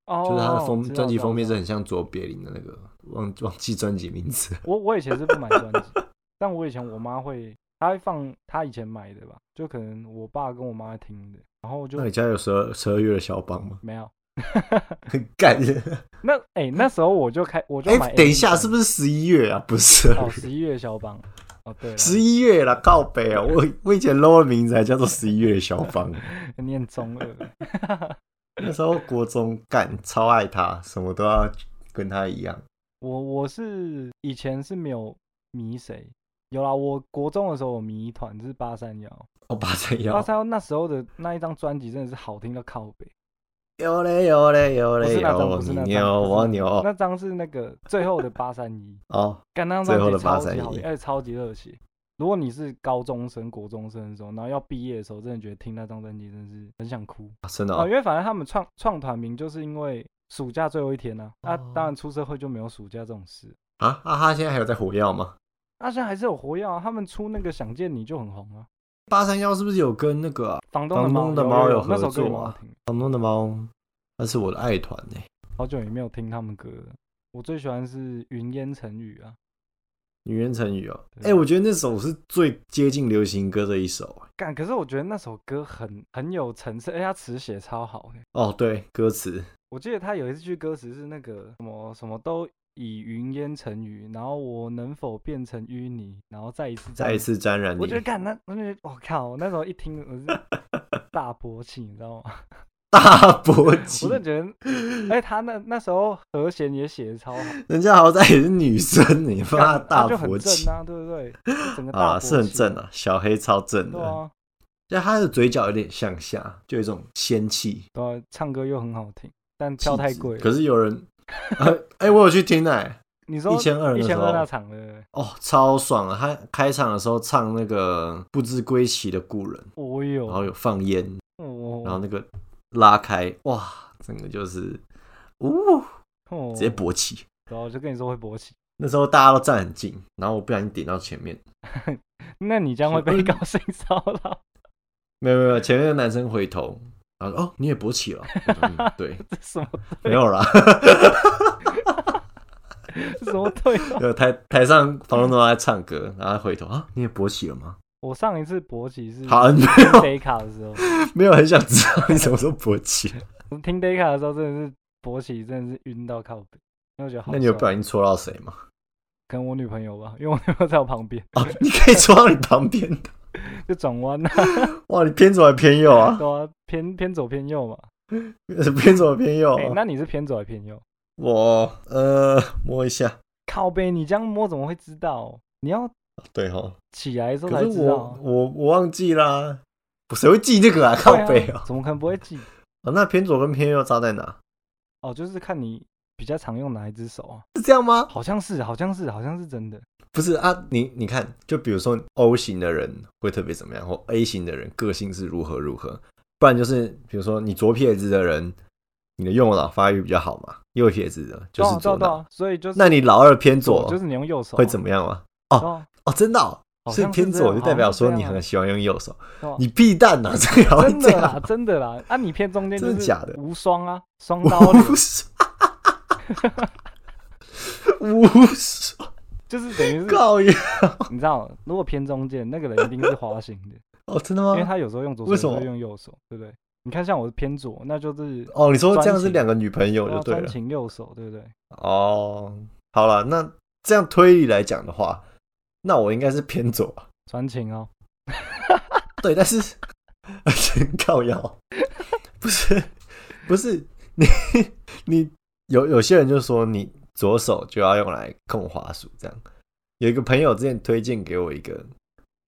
Speaker 3: 哦，
Speaker 2: 就是他的
Speaker 3: 我知
Speaker 2: 封
Speaker 3: 道
Speaker 2: 专辑
Speaker 3: 知道
Speaker 2: 封面
Speaker 3: 知
Speaker 2: 是
Speaker 3: 道
Speaker 2: 很像卓别林的那个，忘忘记专辑名字。
Speaker 3: 我我以前是不买专辑，但我以前我妈会，她会放她以前买的吧，就可能我爸跟我妈听的，然后就
Speaker 2: 那你家有十二十二月的肖邦吗？
Speaker 3: 没有。
Speaker 2: 很感人。
Speaker 3: 那哎、那时候我就开我就
Speaker 2: 哎、
Speaker 3: 买 AV 专辑。
Speaker 2: 等一下，是不是十一月啊？不是，
Speaker 3: 哦，十一月肖邦。哦，对了，
Speaker 2: 十一月啦，靠北啊！我我以前 low 的名字还叫做十一月的肖邦，
Speaker 3: 念中二。
Speaker 2: 那时候国中干超爱他，什么都要跟他一样。
Speaker 3: 我我是以前是没有迷谁，有啦，我国中的时候我迷一团就是八三幺，
Speaker 2: 哦，八三
Speaker 3: 八
Speaker 2: 幺，
Speaker 3: 三幺那时候的那一张专辑真的是好听到靠北，
Speaker 2: 有嘞有嘞有
Speaker 3: 不是
Speaker 2: 嘞
Speaker 3: 那张
Speaker 2: 有，
Speaker 3: 不是
Speaker 2: 你
Speaker 3: 那张
Speaker 2: 牛
Speaker 3: 不是
Speaker 2: 我
Speaker 3: 那
Speaker 2: 牛
Speaker 3: 那张是那个最后的八三一，
Speaker 2: 哦，
Speaker 3: 干那张
Speaker 2: 最后
Speaker 3: 专辑
Speaker 2: 的
Speaker 3: 超级
Speaker 2: 831
Speaker 3: 好听，而且超级热血。如果你是高中生、国中生的时候，然后要毕业的时候，真的觉得听那张专辑真的是很想哭
Speaker 2: 真的
Speaker 3: 啊、
Speaker 2: 哦
Speaker 3: 因为反正他们创创团名就是因为暑假最后一天呢、啊，
Speaker 2: 哦
Speaker 3: 当然出社会就没有暑假这种事，
Speaker 2: 啊啊！他现在还有在火药吗？
Speaker 3: 啊，现在还是有活跃啊，他们出那个想见你就很红啊。
Speaker 2: 八三幺是不是有跟那个啊
Speaker 3: 房东的
Speaker 2: 房
Speaker 3: 猫，
Speaker 2: 东的
Speaker 3: 有
Speaker 2: 猫
Speaker 3: 有
Speaker 2: 有
Speaker 3: 有那
Speaker 2: 合
Speaker 3: 首歌
Speaker 2: 作
Speaker 3: 我
Speaker 2: 啊
Speaker 3: 听了，
Speaker 2: 房东的猫？那是我的爱团呢、
Speaker 3: 好久也没有听他们歌了。我最喜欢是云烟成语啊，
Speaker 2: 女人成语哦。哎、
Speaker 3: 对啊
Speaker 2: 我觉得那首是最接近流行歌的一首、哎
Speaker 3: 干，可是我觉得那首歌很很有层次，而且它词写超好的。
Speaker 2: 哦，对，歌词
Speaker 3: 我记得他有一句歌词是那个什么什么都以云烟成语，然后我能否变成淤泥，然后再一次
Speaker 2: 再一。次沾染你。
Speaker 3: 我觉得干那，我觉得我靠，那时候一听我 是大勃起，你知道吗？
Speaker 2: 大伯
Speaker 3: 我
Speaker 2: 奇
Speaker 3: 真，的觉得，哎，他那那时候和弦也写的超 好。
Speaker 2: 人家好歹也是女生， 你
Speaker 3: 干
Speaker 2: 骂她大
Speaker 3: 他就
Speaker 2: 伯
Speaker 3: 很
Speaker 2: 奇
Speaker 3: 正啊，对不对？就整个大
Speaker 2: 啊，
Speaker 3: 勃
Speaker 2: 是很
Speaker 3: 起
Speaker 2: 正，啊，小黑超正
Speaker 3: 对
Speaker 2: 的。
Speaker 3: 啊，
Speaker 2: 但他的嘴角有点向下，就有一种仙气。
Speaker 3: 对啊，唱歌又很好听。但票太贵了。
Speaker 2: 可是有人，哎、哎我有去听哎、
Speaker 3: 你说一
Speaker 2: 1200的时
Speaker 3: 千
Speaker 2: 候
Speaker 3: 二那场的，
Speaker 2: 哦，超爽啊！他开场的时候唱那个不知归期的故人，
Speaker 3: 我
Speaker 2: 然后
Speaker 3: 有哦
Speaker 2: 有放烟，然后
Speaker 3: 我
Speaker 2: 那个拉开，哇，整个就是，呜，
Speaker 3: 我
Speaker 2: 直接勃起。
Speaker 3: 然哦啊后我就跟你说会勃起，
Speaker 2: 那时候大家都站很近，然后我不小心点到前面，
Speaker 3: 那你将会被
Speaker 2: 嗯
Speaker 3: 高性骚扰，
Speaker 2: 没有没有，没有前面的男生回头，然后说哦你也勃起了，我说嗯对，
Speaker 3: 这什么
Speaker 2: 没有啦，
Speaker 3: 这什么 对话？
Speaker 2: 有台台上房东都在唱歌，然后他回头啊你也勃起了吗？
Speaker 3: 我上一次勃起是
Speaker 2: 好，没
Speaker 3: 听
Speaker 2: 有
Speaker 3: d a 卡的时候，
Speaker 2: 没有很想知道你什么时候勃起，
Speaker 3: 我听 d a 卡的时候真的是勃起，真的是晕到靠北，因为我觉得好
Speaker 2: 那你有
Speaker 3: 爽
Speaker 2: 不小心戳到谁吗？
Speaker 3: 跟我女朋友吧，因为我女朋友在我旁边，
Speaker 2: 哦，你可以戳到你旁边的，
Speaker 3: 就转弯啊，
Speaker 2: 哇，你偏左还偏右啊？
Speaker 3: 对啊，偏偏左偏右嘛。
Speaker 2: 偏左偏右
Speaker 3: 哎、
Speaker 2: 啊？
Speaker 3: 那你是偏左还偏右？
Speaker 2: 我呃摸一下，
Speaker 3: 靠背，你这样摸怎么会知道？你要
Speaker 2: 对哈，
Speaker 3: 起来的时候
Speaker 2: 可
Speaker 3: 才
Speaker 2: 是
Speaker 3: 知
Speaker 2: 我
Speaker 3: 道。
Speaker 2: 我我忘记啦，我谁会记这个啊？靠背
Speaker 3: 对
Speaker 2: 哦
Speaker 3: 啊，、怎么可能不会记？
Speaker 2: 哦那偏左跟偏右差在哪？
Speaker 3: 哦，就是看你比较常用哪一只手啊，
Speaker 2: 是这样吗？
Speaker 3: 好像是，好像是，好像是真的。
Speaker 2: 不是啊，你你看，就比如说 O 型的人会特别怎么样，或 A 型的人个性是如何如何，不然就是比如说你左撇子的人，你的右脑发育比较好嘛，右撇子的就
Speaker 3: 对啊
Speaker 2: 是
Speaker 3: 对啊
Speaker 2: 左
Speaker 3: 对
Speaker 2: 脑。
Speaker 3: 啊，所以就是
Speaker 2: 那你老二偏
Speaker 3: 左
Speaker 2: 左
Speaker 3: 就是你用右手啊
Speaker 2: 会怎么样吗？
Speaker 3: 对啊
Speaker 2: 哦，真的、哦，
Speaker 3: 好
Speaker 2: 所以
Speaker 3: 像是
Speaker 2: 偏
Speaker 3: 这
Speaker 2: 左
Speaker 3: 样
Speaker 2: 就代表说你
Speaker 3: 好像
Speaker 2: 很
Speaker 3: 是
Speaker 2: 喜欢用右手，
Speaker 3: 这样啊
Speaker 2: 你屁蛋呐、啊，这个好
Speaker 3: 对啊真的
Speaker 2: 像这
Speaker 3: 啦，
Speaker 2: 样，
Speaker 3: 真的啦，啊，你偏中间就
Speaker 2: 真的
Speaker 3: 是
Speaker 2: 假的
Speaker 3: 无双啊，双 刀流
Speaker 2: 无双，无双，
Speaker 3: 就是等于是
Speaker 2: 靠呀！
Speaker 3: 你知道，如果偏中间那个人一定是花心的，
Speaker 2: 哦，真的
Speaker 3: 因为
Speaker 2: 吗？
Speaker 3: 他有时候用左手，
Speaker 2: 为
Speaker 3: 有
Speaker 2: 什
Speaker 3: 时
Speaker 2: 么
Speaker 3: 候用右手，对不对？你看，像我是偏左，那就是
Speaker 2: 哦，你说这
Speaker 3: 专
Speaker 2: 样是
Speaker 3: 情
Speaker 2: 两个女朋友
Speaker 3: 我要
Speaker 2: 就对
Speaker 3: 专
Speaker 2: 了。
Speaker 3: 情右手，对不对？
Speaker 2: 哦，好了，那这样推理来讲的话，那我应该是偏左吧，
Speaker 3: 专情哦，
Speaker 2: 对，但是靠腰，不是不是你你有有些人就说你左手就要用来控滑鼠，这样有一个朋友之前推荐给我一个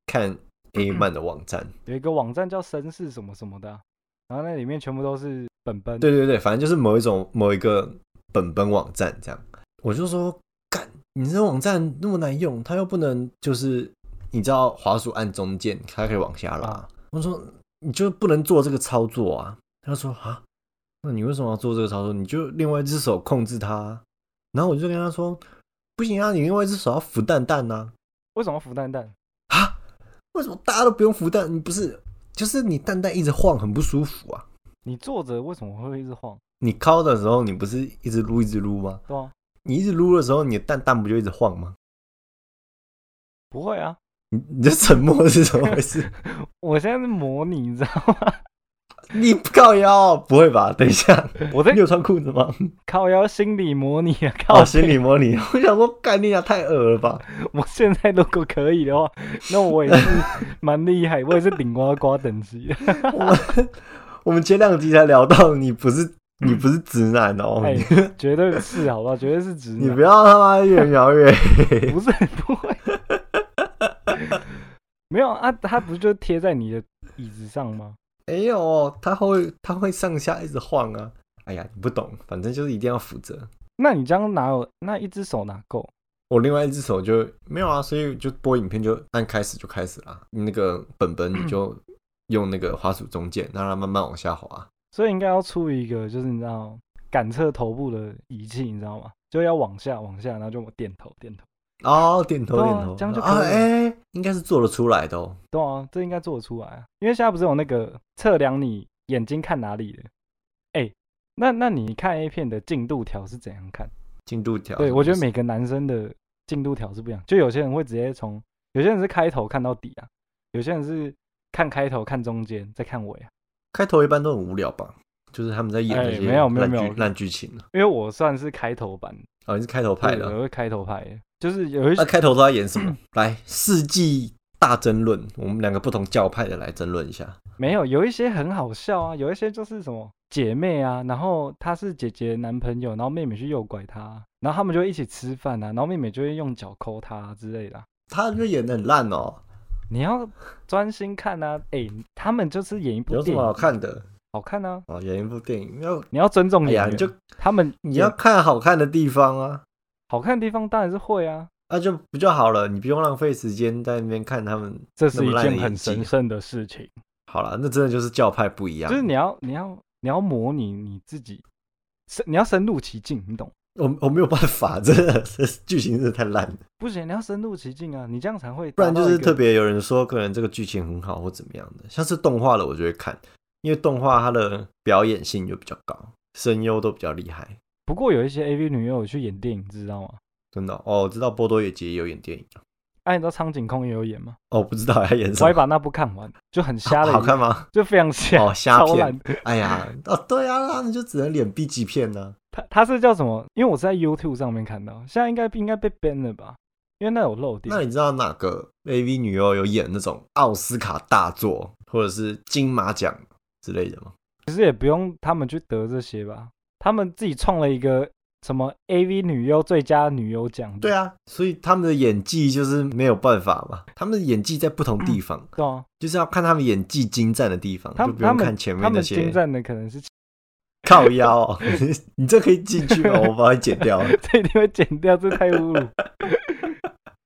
Speaker 2: 看 A 漫的网站，
Speaker 3: 有一个网站叫绅士什么什么的啊、然后那里面全部都是本本，
Speaker 2: 对对对，反正就是某一种某一个本本网站这样。我就说，干，你这网站那么难用，它又不能就是你知道滑鼠按中键，它可以往下拉。
Speaker 3: 啊
Speaker 2: 我说你就不能做这个操作啊。他说啊，那你为什么要做这个操作？你就另外一只手控制它啊。然后我就跟他说，不行啊，你另外一只手要扶蛋蛋呐、
Speaker 3: 为什么孵蛋蛋？
Speaker 2: 啊，为什么大家都不用扶蛋？你不是就是你蛋蛋一直晃很不舒服啊？
Speaker 3: 你坐着为什么会一直晃？
Speaker 2: 你敲的时候，你不是一直撸一直撸吗？
Speaker 3: 对啊，
Speaker 2: 你一直撸的时候，你的蛋蛋不就一直晃吗？
Speaker 3: 不会啊，
Speaker 2: 你你的沉默是怎么回 事？
Speaker 3: 我现在是模拟，你知道吗？
Speaker 2: 你不靠腰哦，不会吧？等一下，
Speaker 3: 我在
Speaker 2: 你有穿裤子 吗？
Speaker 3: 靠腰心理模拟啊，靠
Speaker 2: 哦，心理模拟。 我想说，概念啊，太恶了吧？
Speaker 3: 我现在如果可以的话，那我也是蛮厉害，我也是顶呱呱等级的。
Speaker 2: 我们我们前两集才聊到，你不是你不是直男 哦，
Speaker 3: 哎
Speaker 2: 你，
Speaker 3: 绝对是，好不好？绝对是直
Speaker 2: 你
Speaker 3: 男
Speaker 2: 不，要他妈越描越
Speaker 3: 不是不会。没有啊，它不就贴在你的椅子上吗？
Speaker 2: 没有哦，他会他会上下一直晃啊。哎呀，你不懂，反正就是一定要扶着。
Speaker 3: 那你这样哪有？那一只手哪够？
Speaker 2: 我另外一只手就没有啊，所以就播影片就按开始就开始啦。那个本本你就
Speaker 3: 嗯
Speaker 2: 用那个滑鼠中键，让它慢慢往下滑。
Speaker 3: 所以应该要出一个，就是你知道感测头部的仪器，你知道吗？就要往下往下，然后就点头点头。
Speaker 2: 哦，点头
Speaker 3: 对啊
Speaker 2: 点头，
Speaker 3: 这样就可以
Speaker 2: 啊，
Speaker 3: 了
Speaker 2: 哎、应该是做得出来的哦。
Speaker 3: 对啊，这应该做得出来啊，因为现在不是有那个测量你眼睛看哪里的？哎、那那你看 A 片的进度条是怎样看？
Speaker 2: 进度条，
Speaker 3: 对，我觉得每个男生的进度条是不一样，就有些人会直接从，有些人是开头看到底啊，有些人是看开头看中间再看尾啊。
Speaker 2: 开头一般都很无聊吧，就是他们在演
Speaker 3: 哎
Speaker 2: 那些
Speaker 3: 没有没有
Speaker 2: 烂
Speaker 3: 没有
Speaker 2: 剧烂剧情啊。
Speaker 3: 因为我算是开头版，
Speaker 2: 哦，你是开头派
Speaker 3: 对嗯
Speaker 2: 的
Speaker 3: 我会开头派的，就是有一
Speaker 2: 啊，
Speaker 3: 些
Speaker 2: 那开头都在演什么？来，世纪大争论，我们两个不同教派的来争论一下。
Speaker 3: 没有，有一些很好笑啊，有一些就是什么姐妹啊，然后她是姐姐的男朋友，然后妹妹去诱拐她，然后他们就会一起吃饭啊，然后妹妹就会用脚抠她啊之类的啊、
Speaker 2: 他就演的很烂哦，
Speaker 3: 你要专心看啊，哎、他们就是演一部
Speaker 2: 有什
Speaker 3: 电
Speaker 2: 么好
Speaker 3: 影，
Speaker 2: 看的？
Speaker 3: 好看啊，
Speaker 2: 哦，演一部电影要，
Speaker 3: 你要尊重
Speaker 2: 哎
Speaker 3: 演
Speaker 2: 呀，
Speaker 3: 员，
Speaker 2: 你就
Speaker 3: 他们
Speaker 2: 你
Speaker 3: 演
Speaker 2: 要看好看的地方啊，
Speaker 3: 好看的地方当然是会啊，
Speaker 2: 那、就不就好了，你不用浪费时间在那边看他们。
Speaker 3: 这是
Speaker 2: 那
Speaker 3: 一
Speaker 2: 么烂
Speaker 3: 件
Speaker 2: 的
Speaker 3: 很
Speaker 2: 演技
Speaker 3: 神
Speaker 2: 啊
Speaker 3: 圣的事情，
Speaker 2: 好了，那真的就是教派不一样。
Speaker 3: 就是你要你要你要模拟你自己，深你要深入其境，你懂？
Speaker 2: 我我没有办法， 真的这剧情真的太烂了。
Speaker 3: 不行，你要深入其境啊，你这样才会
Speaker 2: 不
Speaker 3: 达
Speaker 2: 然
Speaker 3: 到一
Speaker 2: 就
Speaker 3: 个，
Speaker 2: 是特别有人说，可能这个剧情很好或怎么样的，像是动画的我就会看，因为动画它的表演性就比较高，声优都比较厉害。
Speaker 3: 不过有一些 AV 女优去演电影，知道吗？
Speaker 2: 真的哦哦，我知道波多野结衣有演电影啊
Speaker 3: 哎、你知道苍井空也有演吗？
Speaker 2: 哦，我不知道他演什
Speaker 3: 我还
Speaker 2: 么，
Speaker 3: 把那部看完，就很瞎的，
Speaker 2: 好看？吗？
Speaker 3: 就非常瞎，
Speaker 2: 哦，瞎
Speaker 3: 超烂
Speaker 2: 片。。哎呀，哦，对啊，那你就只能演 B 级片呢、
Speaker 3: 他他是叫什么？因为我是在 YouTube 上面看到，现在应该应该被 ban 了吧？因为那有漏点
Speaker 2: 那。你知道哪个 AV 女优有演那种奥斯卡大作或者是金马奖之类的吗？
Speaker 3: 其实也不用他们去得这些吧，他们自己创了一个什么 AV 女优最佳女优奖。
Speaker 2: 对
Speaker 3: 啊，
Speaker 2: 啊，所以他们的演技就是没有办法嘛，他们的演技在不同地方，
Speaker 3: 对啊，
Speaker 2: 就是要看他们演技精湛的地方，
Speaker 3: 他
Speaker 2: 就
Speaker 3: 们
Speaker 2: 不
Speaker 3: 他
Speaker 2: 用
Speaker 3: 们
Speaker 2: 看前
Speaker 3: 他
Speaker 2: 面那
Speaker 3: 们精
Speaker 2: 些
Speaker 3: 湛的可能是
Speaker 2: 靠腰、哦。 你这可以进去吗？我把它 剪掉了。
Speaker 3: 这一定会剪掉，这太侮辱。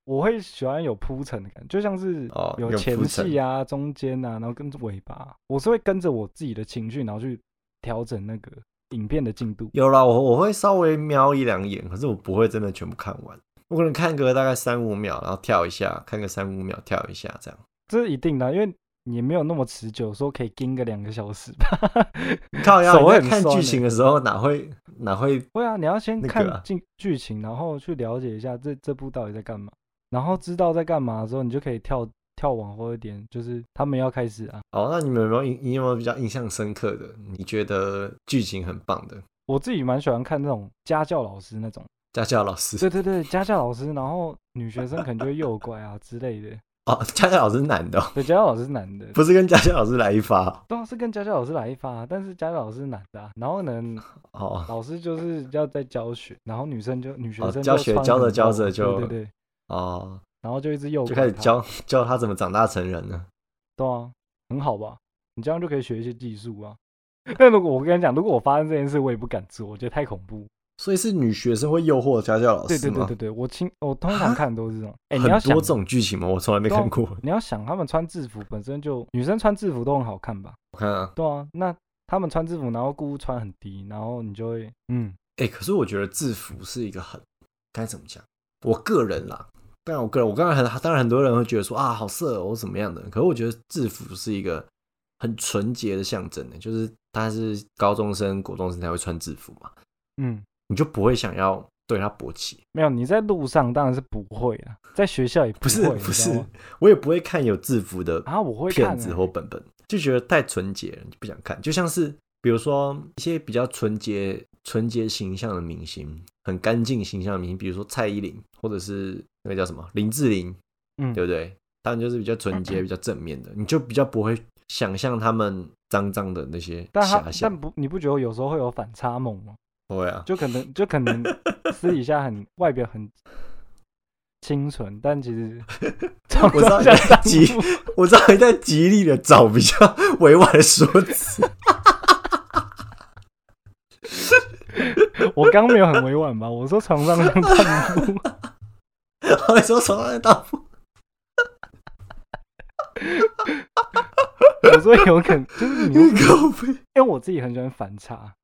Speaker 3: 我会喜欢有铺陈的感觉，就像是
Speaker 2: 哦
Speaker 3: 有
Speaker 2: 有
Speaker 3: 前
Speaker 2: 铺陈
Speaker 3: 戏啊、中间啊，然后跟着尾巴，我是会跟着我自己的情绪，然后去调整那个影片的进度。
Speaker 2: 有啦，我我会稍微瞄一两眼，可是我不会真的全部看完。我可能看个大概三五秒，然后跳一下，看个三五秒，跳一下这样。
Speaker 3: 这是一定的啊，因为你没有那么持久，说可以盯个两个小时吧。
Speaker 2: 靠腰，
Speaker 3: 手
Speaker 2: 我
Speaker 3: 会
Speaker 2: 在
Speaker 3: 很
Speaker 2: 看
Speaker 3: 酸
Speaker 2: 剧
Speaker 3: 欸
Speaker 2: 情的时候哪会哪会
Speaker 3: 会啊，你要先
Speaker 2: 那个
Speaker 3: 看
Speaker 2: 啊
Speaker 3: 进剧情，然后去了解一下这这部到底在干嘛，然后知道在干嘛的时候，你就可以跳跳往后一点，就是他们要开始啊。
Speaker 2: 哦，那你们有没有印？你有没有比较印象深刻的？你觉得剧情很棒的
Speaker 3: 我自己蛮喜欢看那种家教老师那种，
Speaker 2: 家教老师
Speaker 3: 对对对，家教老师，然后女学生可能就会诱拐啊之类的。
Speaker 2: 哦，家教老师是男的、哦，
Speaker 3: 对，家教老师是男的，
Speaker 2: 不是跟家教老师来一发哦
Speaker 3: 对啊，是跟家教老师来一发，啊但是家教老师是男的啊、然后呢，
Speaker 2: 哦
Speaker 3: 老师就是要在教学，然后女生就女学
Speaker 2: 哦
Speaker 3: 生就
Speaker 2: 教学
Speaker 3: 穿
Speaker 2: 教着
Speaker 3: 很
Speaker 2: 教
Speaker 3: 露
Speaker 2: 着就
Speaker 3: 对对对，
Speaker 2: 哦，
Speaker 3: 然后就一直诱拐
Speaker 2: 就开始
Speaker 3: 她，
Speaker 2: 教教他怎么长大成人呢？
Speaker 3: 对啊，很好吧？你这样就可以学一些技术啊。 但如果我跟你讲，如果我发生这件事，我也不敢做，我觉得太恐怖。
Speaker 2: 所以是女学生会诱惑家教老
Speaker 3: 对
Speaker 2: 师
Speaker 3: 对对
Speaker 2: 哦吗
Speaker 3: 对？对，我亲我通
Speaker 2: 啊
Speaker 3: 常看都是这种。哎、你
Speaker 2: 很
Speaker 3: 要
Speaker 2: 多
Speaker 3: 想
Speaker 2: 这种剧情吗？我从来没
Speaker 3: 对啊
Speaker 2: 看过。
Speaker 3: 你要想，他们穿制服本身就女生穿制服都很好看吧？
Speaker 2: 我看啊，
Speaker 3: 对啊，那他们穿制服，然后故意穿很低，然后你就会嗯，
Speaker 2: 哎、可是我觉得制服是一个很该怎么讲？我个人啦，当然我个人，我刚然很当然很多人会觉得说啊，好色哦怎么样的，可是我觉得制服是一个很纯洁的象征的，就是他是高中生、国中生才会穿制服嘛，
Speaker 3: 嗯，
Speaker 2: 你就不会想要对他勃起，
Speaker 3: 没有，你在路上当然是不会啊，在学校也
Speaker 2: 不是
Speaker 3: 会
Speaker 2: 不
Speaker 3: 你知
Speaker 2: 是
Speaker 3: 道吗，
Speaker 2: 我也不会看有制服的
Speaker 3: 啊，我会看、
Speaker 2: 骗
Speaker 3: 啊，
Speaker 2: 子或本本，就觉得太纯洁了，就不想看。就像是比如说一些比较纯洁、纯洁形象的明星，很干净形象的明星，比如说蔡依林，或者是那个叫什么林志玲，
Speaker 3: 嗯，
Speaker 2: 对不对？他们就是比较纯洁、比较正面的，你就比较不会想象他们脏脏的那些
Speaker 3: 但他
Speaker 2: 遐想
Speaker 3: 但。不，你不觉得有时候会有反差萌吗？
Speaker 2: 对啊，
Speaker 3: 就可能就可 能私底下很外表很清纯，但其 实我
Speaker 2: 知道你在急我知道你在极力的找比较 委婉的说辞，
Speaker 3: 我刚没有很委婉吧？我说床上像荡 妇，
Speaker 2: 我说哎从来到
Speaker 3: 我说有可能就是你会，
Speaker 2: 狗屁，
Speaker 3: 因为我自己很喜欢反差，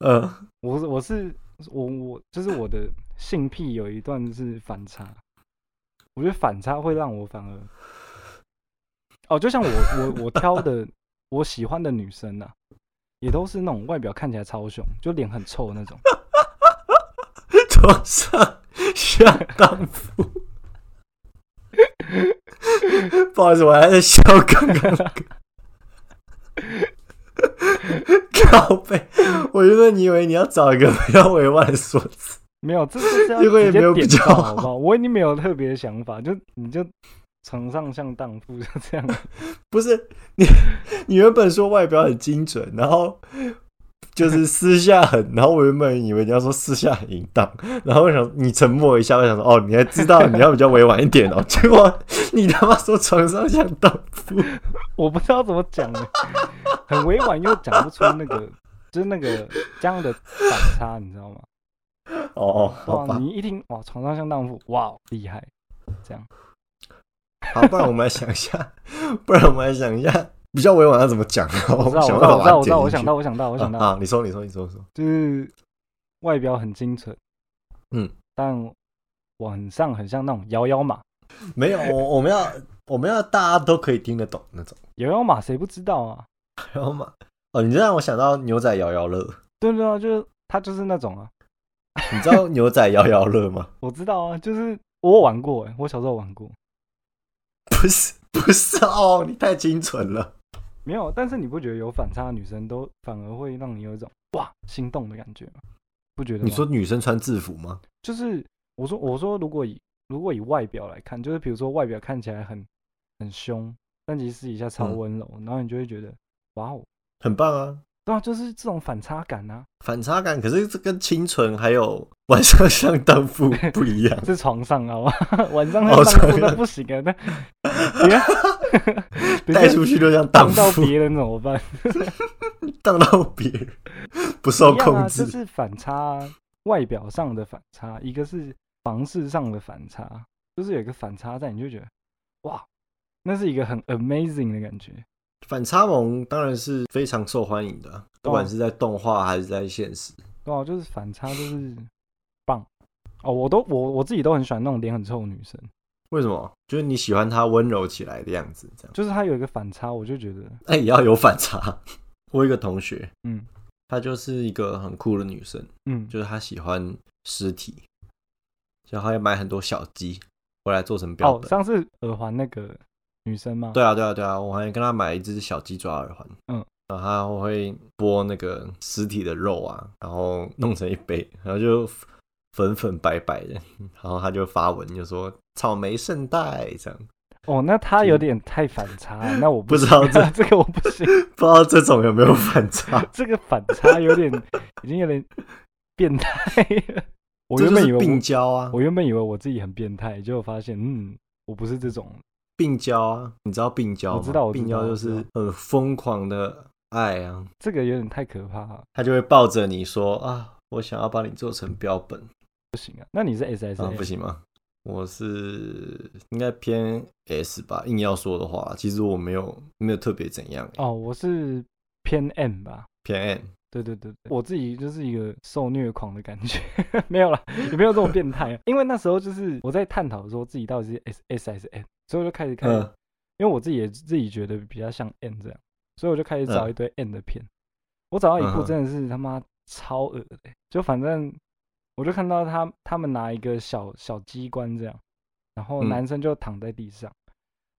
Speaker 2: 呃，
Speaker 3: 我是我是我我就是我的性癖有一段是反差，我觉得反差会让我反而，哦，就像我我我挑的我喜欢的女生啊，也都是那种外表看起来超凶，就脸很臭的那种，
Speaker 2: 床上下荡妇。不好意思，我还在笑刚刚那个。靠背，我原本你以为你要找一个比较委婉的说辞，
Speaker 3: 没有，这这是要
Speaker 2: 结果也
Speaker 3: 直接
Speaker 2: 没有比
Speaker 3: 点
Speaker 2: 较
Speaker 3: 到好不
Speaker 2: 好
Speaker 3: 好？我已经没有特别的想法，就你就床上像荡妇就这样，
Speaker 2: 不是你，你原本说外表很精准，然后就是私下很，然后我原本以为你要说私下很淫荡，然后我想你沉默一下，我想说哦，你还知道你要比较委婉一点哦，结果你他妈说床上像荡妇，
Speaker 3: 我不知道怎么讲欸，很委婉又讲不出那个，就是那个这样的反差，你知道吗？
Speaker 2: 哦，好
Speaker 3: 哇，
Speaker 2: 吧，
Speaker 3: 你一听哇，床上像荡妇，哇，厉害，这 样
Speaker 2: 好，不然我们来想一下，不然我们来想一下比较委婉要怎么讲啊？
Speaker 3: 我知道，
Speaker 2: 想
Speaker 3: 我知
Speaker 2: 办法
Speaker 3: 道，
Speaker 2: 把
Speaker 3: 我知道，我
Speaker 2: 它
Speaker 3: 想
Speaker 2: 剪进
Speaker 3: 到，
Speaker 2: 去。
Speaker 3: 我想到，我想到，
Speaker 2: 啊，啊你说，你说，你说，你说，
Speaker 3: 就是外表很清纯，
Speaker 2: 嗯，
Speaker 3: 但晚上很像那种摇摇马，
Speaker 2: 没有，我我们要我们要大家都可以听得懂那种，
Speaker 3: 摇摇马谁不知道啊？
Speaker 2: 然后嘛，哦，你这让我想到牛仔摇摇乐，
Speaker 3: 对对啊，就是他就是那种啊，
Speaker 2: 你知道牛仔摇摇乐吗？
Speaker 3: 我知道啊，就是我有玩过、欸，我小时候玩过，
Speaker 2: 不是，不是哦，你太清纯了。
Speaker 3: 没有，但是你不觉得有反差的女生都反而会让你有一种哇心动的感觉吗？不觉得吗？
Speaker 2: 你说女生穿制服吗？
Speaker 3: 就是我说我说如果以如果以外表来看，就是比如说外表看起来很很凶，但其实私底下超
Speaker 2: 嗯
Speaker 3: 温柔，然后你就会觉得哇哦，
Speaker 2: 很棒啊，
Speaker 3: 对啊，就是这种反差感啊，
Speaker 2: 反差感。可是这跟清纯还有晚上像荡妇不 一样。
Speaker 3: 是床上啊，晚上
Speaker 2: 哦
Speaker 3: 要上铺
Speaker 2: 床
Speaker 3: 那
Speaker 2: 上
Speaker 3: 不行啊，那等一下 等
Speaker 2: 带
Speaker 3: 一下
Speaker 2: 出 去就像荡
Speaker 3: 碰到
Speaker 2: 妇，
Speaker 3: 别人怎么 办？
Speaker 2: 荡到别人，不受
Speaker 3: 一样啊，
Speaker 2: 控
Speaker 3: 这
Speaker 2: 制。
Speaker 3: 是反差啊，外表上的反差，一个是房事上的反差，就是有一个反差在，你就觉得哇，那是一个很 amazing 的感觉。
Speaker 2: 反差萌当然是非常受欢迎的啊，不
Speaker 3: 哦
Speaker 2: 管是在动画还是在现实。
Speaker 3: 对啊，就是反差就是棒哦！我都我我自己都很喜欢那种脸很臭的女生，
Speaker 2: 为什么？就是你喜欢她温柔起来的样子，这样。
Speaker 3: 就是她有一个反差，我就觉得
Speaker 2: 那也要有反差。 我有一个同学，
Speaker 3: 嗯
Speaker 2: 她就是一个很酷的女生，
Speaker 3: 嗯，
Speaker 2: 就是她喜欢尸体，然后她也买很多小鸡回来做成标
Speaker 3: 哦，
Speaker 2: 本。
Speaker 3: 上次耳环那个女生嘛，
Speaker 2: 对啊，对啊，对啊，我还跟她买一只小鸡爪耳环，
Speaker 3: 嗯，
Speaker 2: 然后她会剥那个尸体的肉啊，然后弄成一杯，然后就粉粉白白的，然后她就发文就说草莓圣代这样，
Speaker 3: 哦，那她有点太反差 了，那我
Speaker 2: 嗯不知
Speaker 3: 行
Speaker 2: 道
Speaker 3: 啊这个我不行，？
Speaker 2: 不知道这种有没有反差
Speaker 3: 这个反差有点已经有点变态了。我
Speaker 2: 这
Speaker 3: 原
Speaker 2: 就
Speaker 3: 本以
Speaker 2: 是
Speaker 3: 为
Speaker 2: 病
Speaker 3: 我
Speaker 2: 娇啊，
Speaker 3: 我原本以为我自己很变态，结果发现嗯，我不是这种，
Speaker 2: 病娇啊，你知道病娇吗？
Speaker 3: 我知道我知道
Speaker 2: 病娇就是很疯狂的爱啊，
Speaker 3: 这个有点太可怕了，
Speaker 2: 她就会抱着你说啊，我想要把你做成标本
Speaker 3: 不行啊。那你是 S S
Speaker 2: 啊，不
Speaker 3: A
Speaker 2: 行吗？我是应该偏 S 吧，硬要说的话，其实我没有没有特别怎样、欸
Speaker 3: 哦，我是偏 M 吧。
Speaker 2: 偏 N。
Speaker 3: 对对对，对我自己就是一个受虐狂的感觉， 没有啦，也没有这种变态啊。因为那时候就是我在探讨说自己到底是 S S 还是 N，所以我就开始看，
Speaker 2: 嗯，
Speaker 3: 因为我自己也自己觉得比较像 N 这样，所以我就开始找
Speaker 2: 嗯
Speaker 3: 一堆 N 的片。我找到一部
Speaker 2: 嗯哼
Speaker 3: 真的是他妈超恶的欸、就反正我就看到他他们拿一个小小机关这样，然后
Speaker 2: 嗯
Speaker 3: 男生就躺在地上，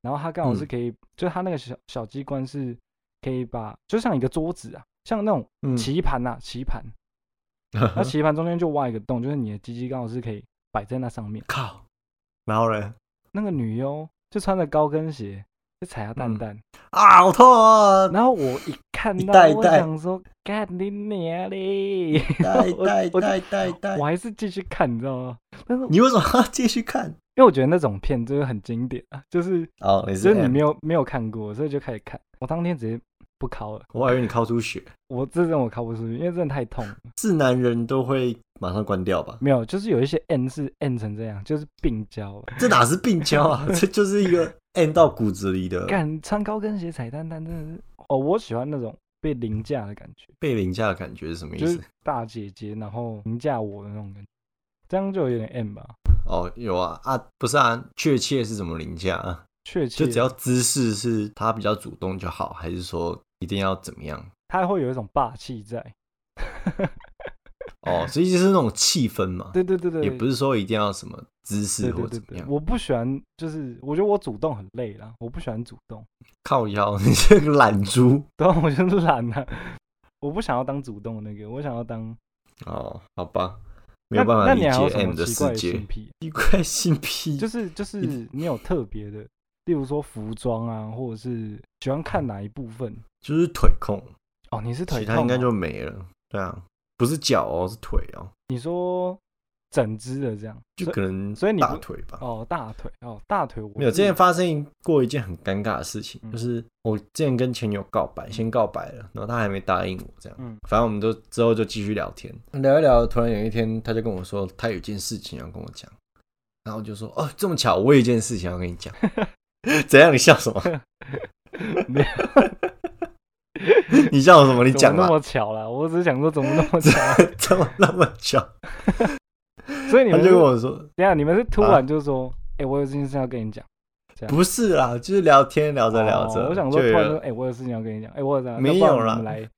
Speaker 3: 然后他刚好是
Speaker 2: 嗯
Speaker 3: 可以，就他那个小小机关是可以把，就像一个桌子啊，像那种。
Speaker 2: 嗯，
Speaker 3: 棋盘呐、啊棋 盘，那棋盘中间就挖一个洞，就是你的鸡鸡刚好是可以摆在那上面。
Speaker 2: 靠，然后呢？
Speaker 3: 那个女优就穿着高跟鞋，就踩下蛋
Speaker 2: 嗯
Speaker 3: 蛋。
Speaker 2: 啊，好痛啊！
Speaker 3: 然后我一看
Speaker 2: 一
Speaker 3: 到，
Speaker 2: 袋一
Speaker 3: 我
Speaker 2: 袋
Speaker 3: 想说，干你娘嘞！
Speaker 2: 带
Speaker 3: 我
Speaker 2: 带
Speaker 3: 我
Speaker 2: 带带 带
Speaker 3: 我，还是继续看，你知道吗？但是因
Speaker 2: 你为什么要继续看？
Speaker 3: 为我觉得那种片就是很经典啊，就是
Speaker 2: 哦，你
Speaker 3: 就是是你
Speaker 2: M
Speaker 3: 没有没有看过，所以就开始看。我当天直接不考了，
Speaker 2: 我还以为你靠出血，
Speaker 3: 我这让我考不出去，因为真的太痛了。
Speaker 2: 是男人都会马上关掉吧？
Speaker 3: 没有，就是有一些 N 是 N 成这样，就是病娇了。
Speaker 2: 这哪是病娇啊？这就是一个按到骨子里的
Speaker 3: 干穿高跟鞋踩蛋蛋真的是，哦，我喜欢那种被凌驾的感觉，
Speaker 2: 被凌驾的感觉是什么意
Speaker 3: 就是
Speaker 2: 思？
Speaker 3: 大姐姐然后凌驾我的那种感觉，这样就有点 M 吧。
Speaker 2: 哦，有啊啊，不是啊，确切是怎么凌驾啊？
Speaker 3: 确切
Speaker 2: 就，只要姿势是他比较主动就好，还是说一定要怎么样？
Speaker 3: 他会有一种霸气在。
Speaker 2: 哦，所以就是那种气氛嘛，
Speaker 3: 哎对对对对，
Speaker 2: 也不是说一定要什么姿
Speaker 3: 对
Speaker 2: 势或
Speaker 3: 对对
Speaker 2: 怎么
Speaker 3: 对，
Speaker 2: 样。
Speaker 3: 我不喜欢，就是我觉得我主动很累啦，我不喜欢主动，
Speaker 2: 靠腰，你这个懒猪
Speaker 3: 对啊，我就是懒啊， 我不想要当主动的那个，我想要当
Speaker 2: 哦，好吧，没
Speaker 3: 那
Speaker 2: 有办法
Speaker 3: 那
Speaker 2: 理
Speaker 3: 你还有
Speaker 2: 解
Speaker 3: 什
Speaker 2: M
Speaker 3: 么
Speaker 2: 的
Speaker 3: 奇
Speaker 2: 世
Speaker 3: 怪的
Speaker 2: 界
Speaker 3: 性， 癖？
Speaker 2: 一块性癖
Speaker 3: 就是就是你有特别的，例如说服装啊，或者是喜欢看哪一部分
Speaker 2: 就是腿控，
Speaker 3: 哦，你是腿
Speaker 2: 其
Speaker 3: 痛、
Speaker 2: 他
Speaker 3: 哦，
Speaker 2: 应该就没了。对啊，不是脚哦，是腿哦，
Speaker 3: 你说整只的这样，
Speaker 2: 就
Speaker 3: 所以
Speaker 2: 可能
Speaker 3: 所以你不
Speaker 2: 大腿吧。
Speaker 3: 哦大腿哦大腿我
Speaker 2: 没有，
Speaker 3: 是
Speaker 2: 之前发生过一件很尴尬的事情，
Speaker 3: 嗯
Speaker 2: 就是我之前跟前女友告白，先告白了，然后她还没答应我，这样，
Speaker 3: 嗯
Speaker 2: 反正我们都之后就继续聊天，聊一聊，突然有一天，她就跟我说，她有一件事情要跟我讲，然后我就说，哦，这么巧，我有一件事情要跟你讲， 怎样？你笑什么？
Speaker 3: 没
Speaker 2: 你笑什么？ 你
Speaker 3: 怎
Speaker 2: 讲
Speaker 3: 么那
Speaker 2: 吧，
Speaker 3: 么巧啦？我只是想说怎么 那么巧啊，
Speaker 2: 怎么那么 巧？
Speaker 3: 所以你
Speaker 2: 她
Speaker 3: 们
Speaker 2: 就是跟我说，
Speaker 3: 等一下你们是突
Speaker 2: 啊
Speaker 3: 然就说，哎、我有事情要跟你讲，
Speaker 2: 不是啦，就是聊天聊着聊着，
Speaker 3: 哦我想说突
Speaker 2: 就有
Speaker 3: 然说，哎、我有事情要跟你讲，哎、我有啥？
Speaker 2: 没
Speaker 3: 那不然
Speaker 2: 有啦
Speaker 3: 我们来，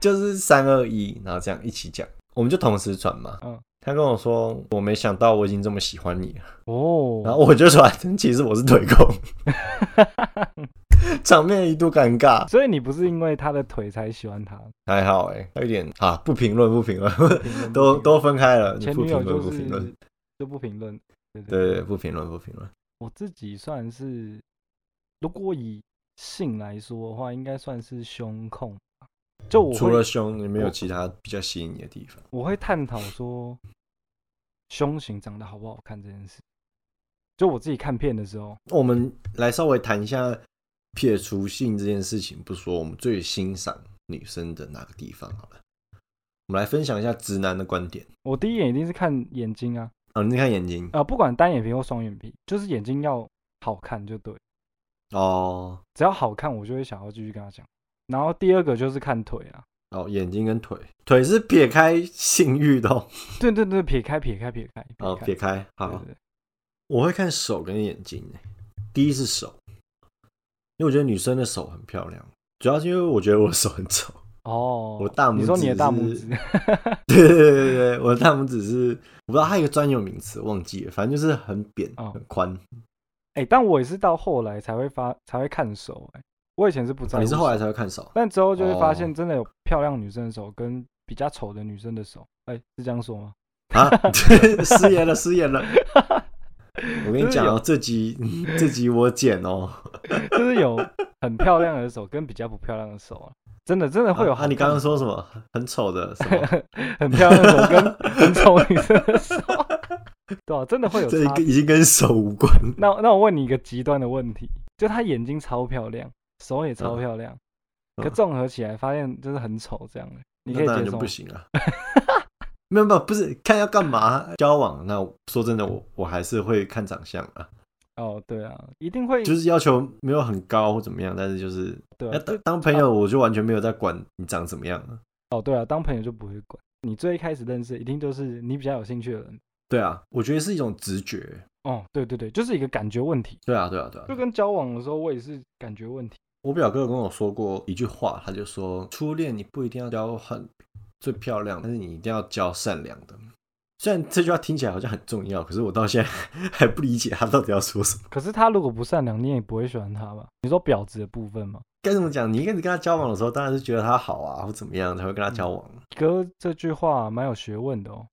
Speaker 2: 就是三二一，然后这样一起讲，我们就同时转嘛。
Speaker 3: 嗯
Speaker 2: 他跟我说，我没想到我已经这么喜欢你了，
Speaker 3: 哦，
Speaker 2: 然后我就说，哎其实我是腿 控，场面一度尴尬。
Speaker 3: 所以你不是因为他的腿才喜欢 他，
Speaker 2: 还好哎、有点啊，不评论，不评论，
Speaker 3: 评论不
Speaker 2: 都
Speaker 3: 评论
Speaker 2: 都分开了，你
Speaker 3: 前
Speaker 2: 不
Speaker 3: 女
Speaker 2: 评
Speaker 3: 友
Speaker 2: 论，
Speaker 3: 就
Speaker 2: 不评论
Speaker 3: 是，就不评论，对对
Speaker 2: 对对，不评论，不评论。
Speaker 3: 我自己算是，如果以性来说的话，应该算是胸控吧。就我
Speaker 2: 除了
Speaker 3: 会
Speaker 2: 胸，有没有
Speaker 3: 我
Speaker 2: 其他比较吸引你的地方？
Speaker 3: 我会探讨说，胸型长得好不好看这件事。就我自己看片的时候，
Speaker 2: 我们来稍微谈一下，撇除性这件事情不说，我们最欣赏女生的哪个地方好了？我们来分享一下直男的观点
Speaker 3: 我第一眼一定是看眼睛啊，
Speaker 2: 啊、你看眼睛
Speaker 3: 啊、不管单眼皮或双眼皮，就是眼睛要好看就对，
Speaker 2: 哦
Speaker 3: 只要好看我就会想要继续跟他讲。然后第二个就是看腿啊，
Speaker 2: 哦，眼睛跟腿，腿是撇开性欲的哦，
Speaker 3: 对对对，撇开撇开撇开撇开，
Speaker 2: 哦撇开
Speaker 3: 对
Speaker 2: 好
Speaker 3: 对，对
Speaker 2: 我会看手跟眼睛欸，第一是手，因为我觉得女生的手很漂亮，主要是因为我觉得我手很丑，
Speaker 3: 哦，
Speaker 2: 我大拇
Speaker 3: 你说你的
Speaker 2: 指
Speaker 3: 大拇
Speaker 2: 是
Speaker 3: 指，
Speaker 2: 对对对对对，我的大拇指是我不知道它有一个专有名词，忘记了，反正就是很扁、
Speaker 3: 哦
Speaker 2: 很宽。
Speaker 3: 哎、但我也是到后来才会发才会看手、欸，我以前是不在
Speaker 2: 啊
Speaker 3: 乎、
Speaker 2: 你是后来，才会 看手，
Speaker 3: 但之后就会发
Speaker 2: 哦
Speaker 3: 现，真的有漂亮女生的手跟比较丑的女生的手，哎、是这样说吗？
Speaker 2: 啊， 失言了，失言了。我跟你 讲哦，这集这集我剪哦。
Speaker 3: 就是有很漂亮的手跟比较不漂亮的手啊，真的真的会有
Speaker 2: 啊啊，
Speaker 3: 好
Speaker 2: 你刚
Speaker 3: 看
Speaker 2: 刚说什么？很丑的什么？
Speaker 3: 很漂亮的手跟 很丑女生的手，对啊，真的会 有
Speaker 2: 这一
Speaker 3: 差
Speaker 2: 个
Speaker 3: 别。
Speaker 2: 已经跟手无关。
Speaker 3: 那那我问你一个极端的问题，就她眼睛超漂亮，手也超
Speaker 2: 嗯
Speaker 3: 漂亮，
Speaker 2: 嗯
Speaker 3: 可综合起来发现就是很丑这样的、你可
Speaker 2: 那
Speaker 3: 以
Speaker 2: 当然
Speaker 3: 接受
Speaker 2: 就
Speaker 3: 啊
Speaker 2: 不
Speaker 3: 吗？
Speaker 2: 行了。 没有没有，不是看要干嘛交往。那说真的，我我还是会看长相啊，
Speaker 3: 哦，对啊，一定会
Speaker 2: 就是要求没有很高或怎么样，但是就是
Speaker 3: 对、
Speaker 2: 那
Speaker 3: 啊，
Speaker 2: 当当朋友，我就完全没有在管你长怎么样了。
Speaker 3: 哦，对啊，当朋友就不会管。你最一开始认识，一定就是你比较有兴趣的人。
Speaker 2: 对啊，我觉得是一种直觉。
Speaker 3: 哦，对对对，就是一个感觉问题，
Speaker 2: 对啊，对啊，对啊
Speaker 3: 就。跟交往的时候，我也是感觉问题。
Speaker 2: 我表哥有跟我说过一句话，他就说：初恋你不一定要交很最漂亮，但是你一定要交善良的。虽然这句话听起来好像很重要，可是我到现在 还不理解他到底要说什么。
Speaker 3: 可是他如果不善良，你也不会喜欢他吧？你说婊子的部分嘛，
Speaker 2: 该怎么讲？你一开始跟他交往的时候，当然是觉得他好啊，或怎么样才会跟他交
Speaker 3: 嗯
Speaker 2: 往，啊
Speaker 3: 哥这句话蛮有学问的哦。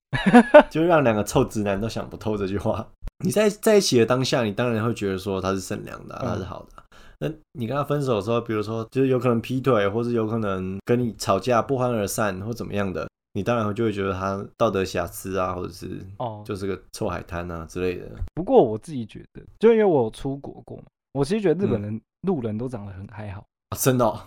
Speaker 2: 就让两个臭直男都想不透这句话。你在在一起的当下，你当然会觉得说他是善良的啊、
Speaker 3: 嗯
Speaker 2: 他是好的啊、那你跟他分手的时候，比如说就是有可能劈腿，或是有可能跟你吵架不欢而散，或怎么样的，你当然就会觉得他道德瑕疵啊，或者是
Speaker 3: 哦，
Speaker 2: 就是个臭海滩啊之类的。
Speaker 3: 不过我自己觉得，就因为我有出国过嘛，我其实觉得日本
Speaker 2: 嗯
Speaker 3: 人、路人都长得很还好，
Speaker 2: 啊、真的、哦，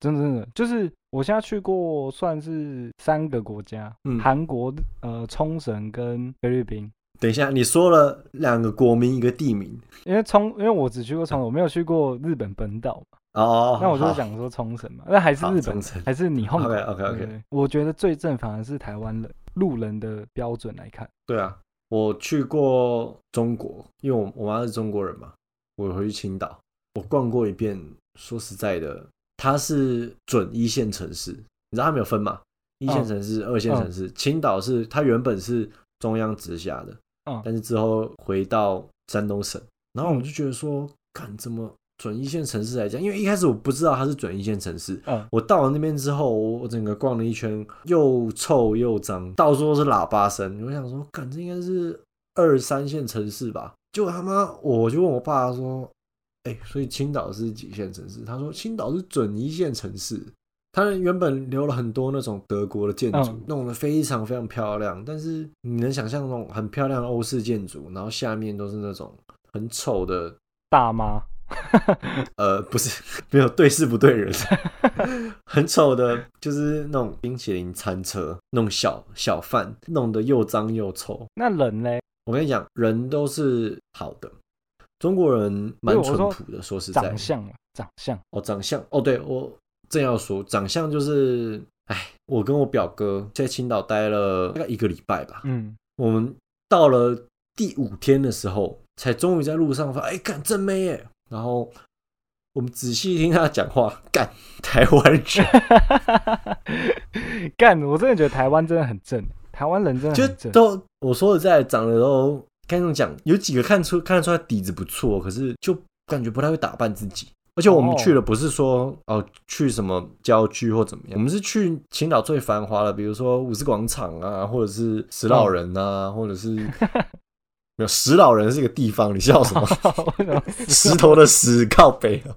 Speaker 3: 真的真的，就是我现在去过算是三个国家，
Speaker 2: 嗯
Speaker 3: 韩国、呃冲绳跟菲律宾。
Speaker 2: 等一下，你说了两个国民一个地名
Speaker 3: 因为冲，因为我只去过冲绳，我没有去过日本本岛嘛，
Speaker 2: 哦，
Speaker 3: 那我就想说冲绳嘛，那还是日本，
Speaker 2: 本
Speaker 3: 还是你后
Speaker 2: OK OK OK，
Speaker 3: 我觉得最正反而是台湾人路人的标准来看，
Speaker 2: 对啊，我去过中国，因为我我妈是中国人嘛，我回去青岛，我逛过一遍。说实在的，它是准一线城市，你知道它没有分嘛？一
Speaker 3: 嗯
Speaker 2: 线城市、二线城市，青岛是它原本是中央直辖的，
Speaker 3: 嗯
Speaker 2: 但是之后回到山东省，然后我就觉得说，看怎么准一线城市来讲，因为一开始我不知道它是准一线城市，
Speaker 3: 嗯，
Speaker 2: 我到了那边之后，我整个逛了一圈，又臭又脏，到处都是喇叭声。我想说，干这应该是二三线城市吧？结果他妈，我就问我爸说：“哎、所以青岛是几线城市？”他说：“青岛是准一线城市。”他原本留了很多那种德国的建筑
Speaker 3: 嗯，
Speaker 2: 弄得非常非常漂亮，但是你能想象那种很漂亮的欧式建筑，然后下面都是那种很丑的，
Speaker 3: 大妈，
Speaker 2: 呃，不是没有对事不对人， 很丑的，就是那种冰淇淋餐车，那种小小贩，弄得又脏又臭。
Speaker 3: 那人嘞
Speaker 2: 我跟你讲，人都是好的，中国人蛮
Speaker 3: 不是
Speaker 2: 淳
Speaker 3: 我说
Speaker 2: 朴的，说实在
Speaker 3: 长相啊，长相
Speaker 2: 哦，长相哦，对我正要说，长相就是，哎，我跟我表哥在青岛待了大概一个礼拜吧，
Speaker 3: 嗯，
Speaker 2: 我们到了第五天的时候，才终于在路上发，哎，干正妹耶，然后我们仔细听他讲话，干台湾人，
Speaker 3: 干，我真的觉得台湾真的很正，台湾人真的
Speaker 2: 就
Speaker 3: 很正，
Speaker 2: 都我说的在长得都，该怎么讲，有几个看出看得出来底子不错，可是就感觉不太会打扮自己。而且我们
Speaker 3: 哦
Speaker 2: 去了不是说哦去什么郊区或怎么样，我们是去青岛最繁华的，比如说五四广场啊，或者是石老人啊，或者是 没有石老人是一个地方，你笑什么？
Speaker 3: 为什么
Speaker 2: 石头的石靠北啊，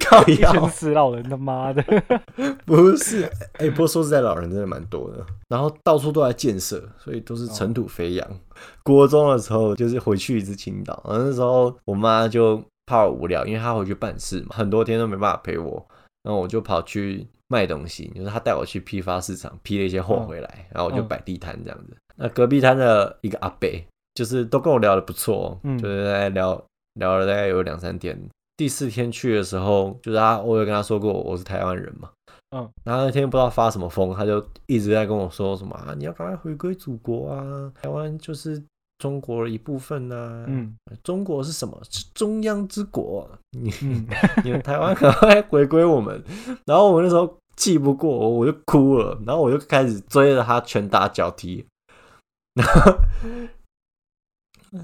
Speaker 2: 靠
Speaker 3: 一群
Speaker 2: 腰
Speaker 3: 死老人他妈的，
Speaker 2: 不是，哎、不过说实在，老人真的蛮多的，然后到处都在建设，所以都是尘土飞扬。国中的时候，就是回去一次青岛，然后那时候我妈就怕我无聊，因为她回去办事嘛，很多天都没办法陪我，然后我就跑去卖东西，就是她带我去批发市场批了一些货回来，然后我就
Speaker 3: 嗯
Speaker 2: 摆地摊这样子。那隔壁摊的一个阿伯，就是都跟我聊的不错、哦，
Speaker 3: 嗯
Speaker 2: 就是在聊聊了大概有两三天。第四天去的时候，就是他，我有跟他说过我是台湾人嘛，然后那天不知道发什么疯，他就一直在跟我说什么啊，你要赶快回归祖国啊，台湾就是中国的一部分呐、
Speaker 3: 嗯
Speaker 2: 中国是什么？是中央之国、啊，你
Speaker 3: 嗯，
Speaker 2: 你们台湾赶快回归我们。然后我那时候气不过我，我就哭了，然后我就开始追着他拳打脚踢，然后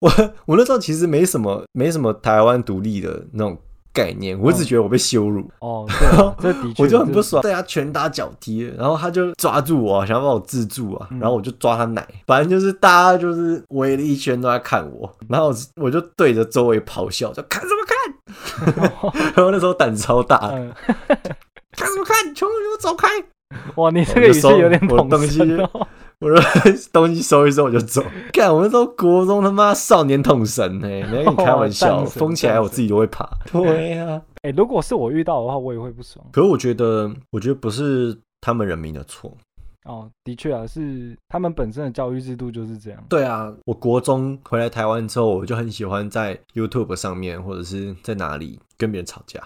Speaker 2: 我 我那时候其实没什么没什么台湾独立的那种概念，我只觉得我被羞辱。
Speaker 3: 哦，对啊，这的确，
Speaker 2: 我就很不
Speaker 3: 这，
Speaker 2: 爽，对他拳打脚踢，然后他就抓住我，想要把我制住啊，
Speaker 3: 嗯
Speaker 2: 然后我就抓他奶，反正就是大家就是围了一圈都在看我，然后我我就对着周围咆哮，说看什么看？ 然后那时候胆子超大，
Speaker 3: 嗯，
Speaker 2: 看什么看？全部给我走开！
Speaker 3: 哇，你这个语气有点
Speaker 2: 我的
Speaker 3: 统
Speaker 2: 东西
Speaker 3: 神哦，
Speaker 2: 我说 东西收一收我就走。干，我那时候国中他妈少年桶神哎、没跟你开
Speaker 3: 哦
Speaker 2: 玩笑，
Speaker 3: 战神
Speaker 2: 疯起来我自己都会爬。对啊，
Speaker 3: 哎，如果是我遇到的话，我也会不爽。
Speaker 2: 可是我觉得，我觉得不是他们人民的错，
Speaker 3: 哦，的确啊，是他们本身的教育制度就是这样。
Speaker 2: 对啊，我国中回来台湾之后，我就很喜欢在 YouTube 上面或者是在哪里跟别人吵 架，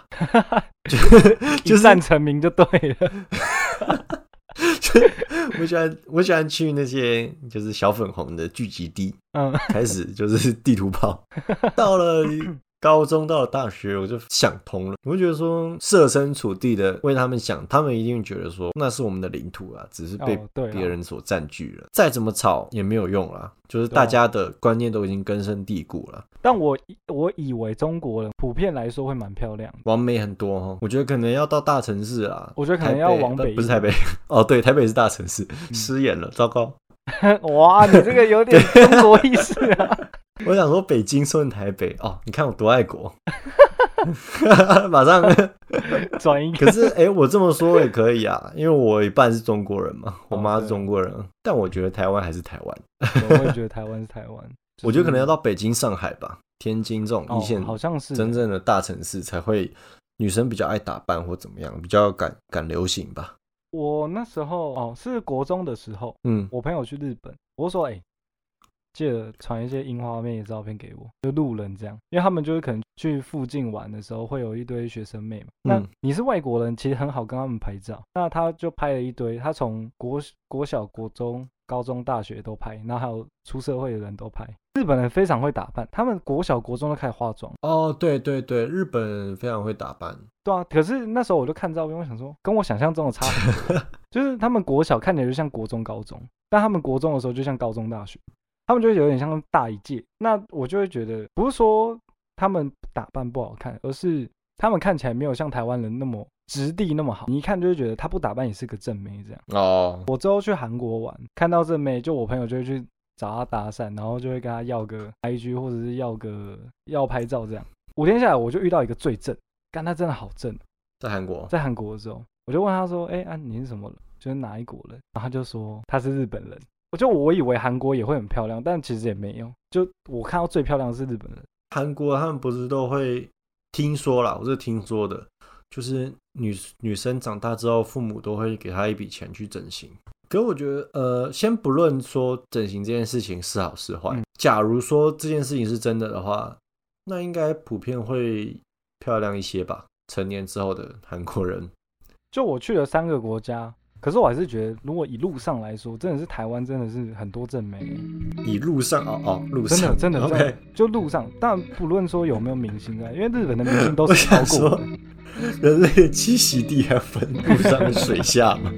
Speaker 2: 就
Speaker 3: 一
Speaker 2: 是
Speaker 3: 战成名就对了。
Speaker 2: 我喜欢我喜欢去那些就是小粉红的聚集地，
Speaker 3: 嗯，
Speaker 2: 开始就是地图炮。到了高中，到了大学，我就想通了，我就觉得说设身处地的为他们想，他们一定觉得说那是我们的领土啊，只是被
Speaker 3: 哦，对啊，
Speaker 2: 别人所占据了，再怎么吵也没有用啦，就是
Speaker 3: 啊
Speaker 2: 大家的观念都已经根深蒂固了。
Speaker 3: 但我以我以为中国人普遍来说会蛮漂亮的，
Speaker 2: 往美很多哈，我觉得可能要到大城市啊。
Speaker 3: 我觉得可能
Speaker 2: 台北
Speaker 3: 要往
Speaker 2: 不
Speaker 3: 北一
Speaker 2: 不是
Speaker 3: 点嗯
Speaker 2: 台北 哦，对，台北是大城市，失言了，糟糕！
Speaker 3: 哇，你这个有点中国意识啊！
Speaker 2: 我想说北京顺台北哦，你看我多 爱国， 马上。
Speaker 3: 转一个
Speaker 2: 可是哎、我这么说也可以啊，因为我一半是中国人嘛，我妈是
Speaker 3: 哦对啊
Speaker 2: 中国人，但我觉得台湾还是台湾，
Speaker 3: 我会觉得台湾是台湾，
Speaker 2: 我觉得可能要
Speaker 3: 到
Speaker 2: 到北京、上海吧，天津这种一线
Speaker 3: 哦，好像是
Speaker 2: 真正的大城市才会女生比较爱打扮或怎么样，比较敢敢流行吧。
Speaker 3: 我那时候哦是国中的时候，
Speaker 2: 嗯，
Speaker 3: 我朋友去日本，我说哎、借着传一些樱花妹的照片给我，就路人这样，因为他们就是可能去附近玩的时候，会有一堆学生妹嘛。那
Speaker 2: 嗯
Speaker 3: 你是外国人，其实很好跟他们拍照。那他就拍了一堆，他从国国小、国中、高中、大学都拍，然后还有出社会的人都拍。日本人非常会打扮，他们国小、国中都开始化妆。
Speaker 2: 哦，对对对，日本非常会打扮，
Speaker 3: 对啊，可是那时候我就看照片，我想说，跟我想象中的差很多。就是他们国小看起来就像国中、高中，但他们国中的时候就像高中、大学，他们就有点像大一届。那我就会觉得，不是说他们打扮不好看，而是他们看起来没有像台湾人那么质地那么好。你一看就会觉得他不打扮也是个正妹这样。
Speaker 2: 哦，
Speaker 3: 我之后去韩国玩，看到正妹，就我朋友就会去找她搭讪，然后就会跟她要个 IG 或者是要个要拍照这样。五天下来，我就遇到一个最正，干他真的好正。哦
Speaker 2: 在韩国
Speaker 3: 在韩国的时候，我就问他说：“哎、啊，你是什么人？就是哪一国人？”然后他就说他是日本人。我就我以为韩国也会很漂亮，但其实也没有。就我看到最漂亮的是日本人，
Speaker 2: 韩国他们不是都会听说啦，我是听说的，就是女女生长大之后，父母都会给她一笔钱去整形。可是我觉得，呃，先不论说整形这件事情是好是坏，
Speaker 3: 嗯
Speaker 2: 假如说这件事情是真的的话，那应该普遍会漂亮一些吧。成年之后的韩国人，
Speaker 3: 就我去了三个国家，可是我还是觉得，如果一路上来说，真的是台湾真的是很多正妹，欸
Speaker 2: 以路上哦哦，路
Speaker 3: 真的
Speaker 2: 上
Speaker 3: 真的真
Speaker 2: 嗯 OK，
Speaker 3: 的，就路上，但不论说有没有明星在，因为日本的明星都
Speaker 2: 我
Speaker 3: 是超
Speaker 2: 想
Speaker 3: 过我
Speaker 2: 说
Speaker 3: 的。
Speaker 2: 人类的栖息地还分路上跟水下嘛？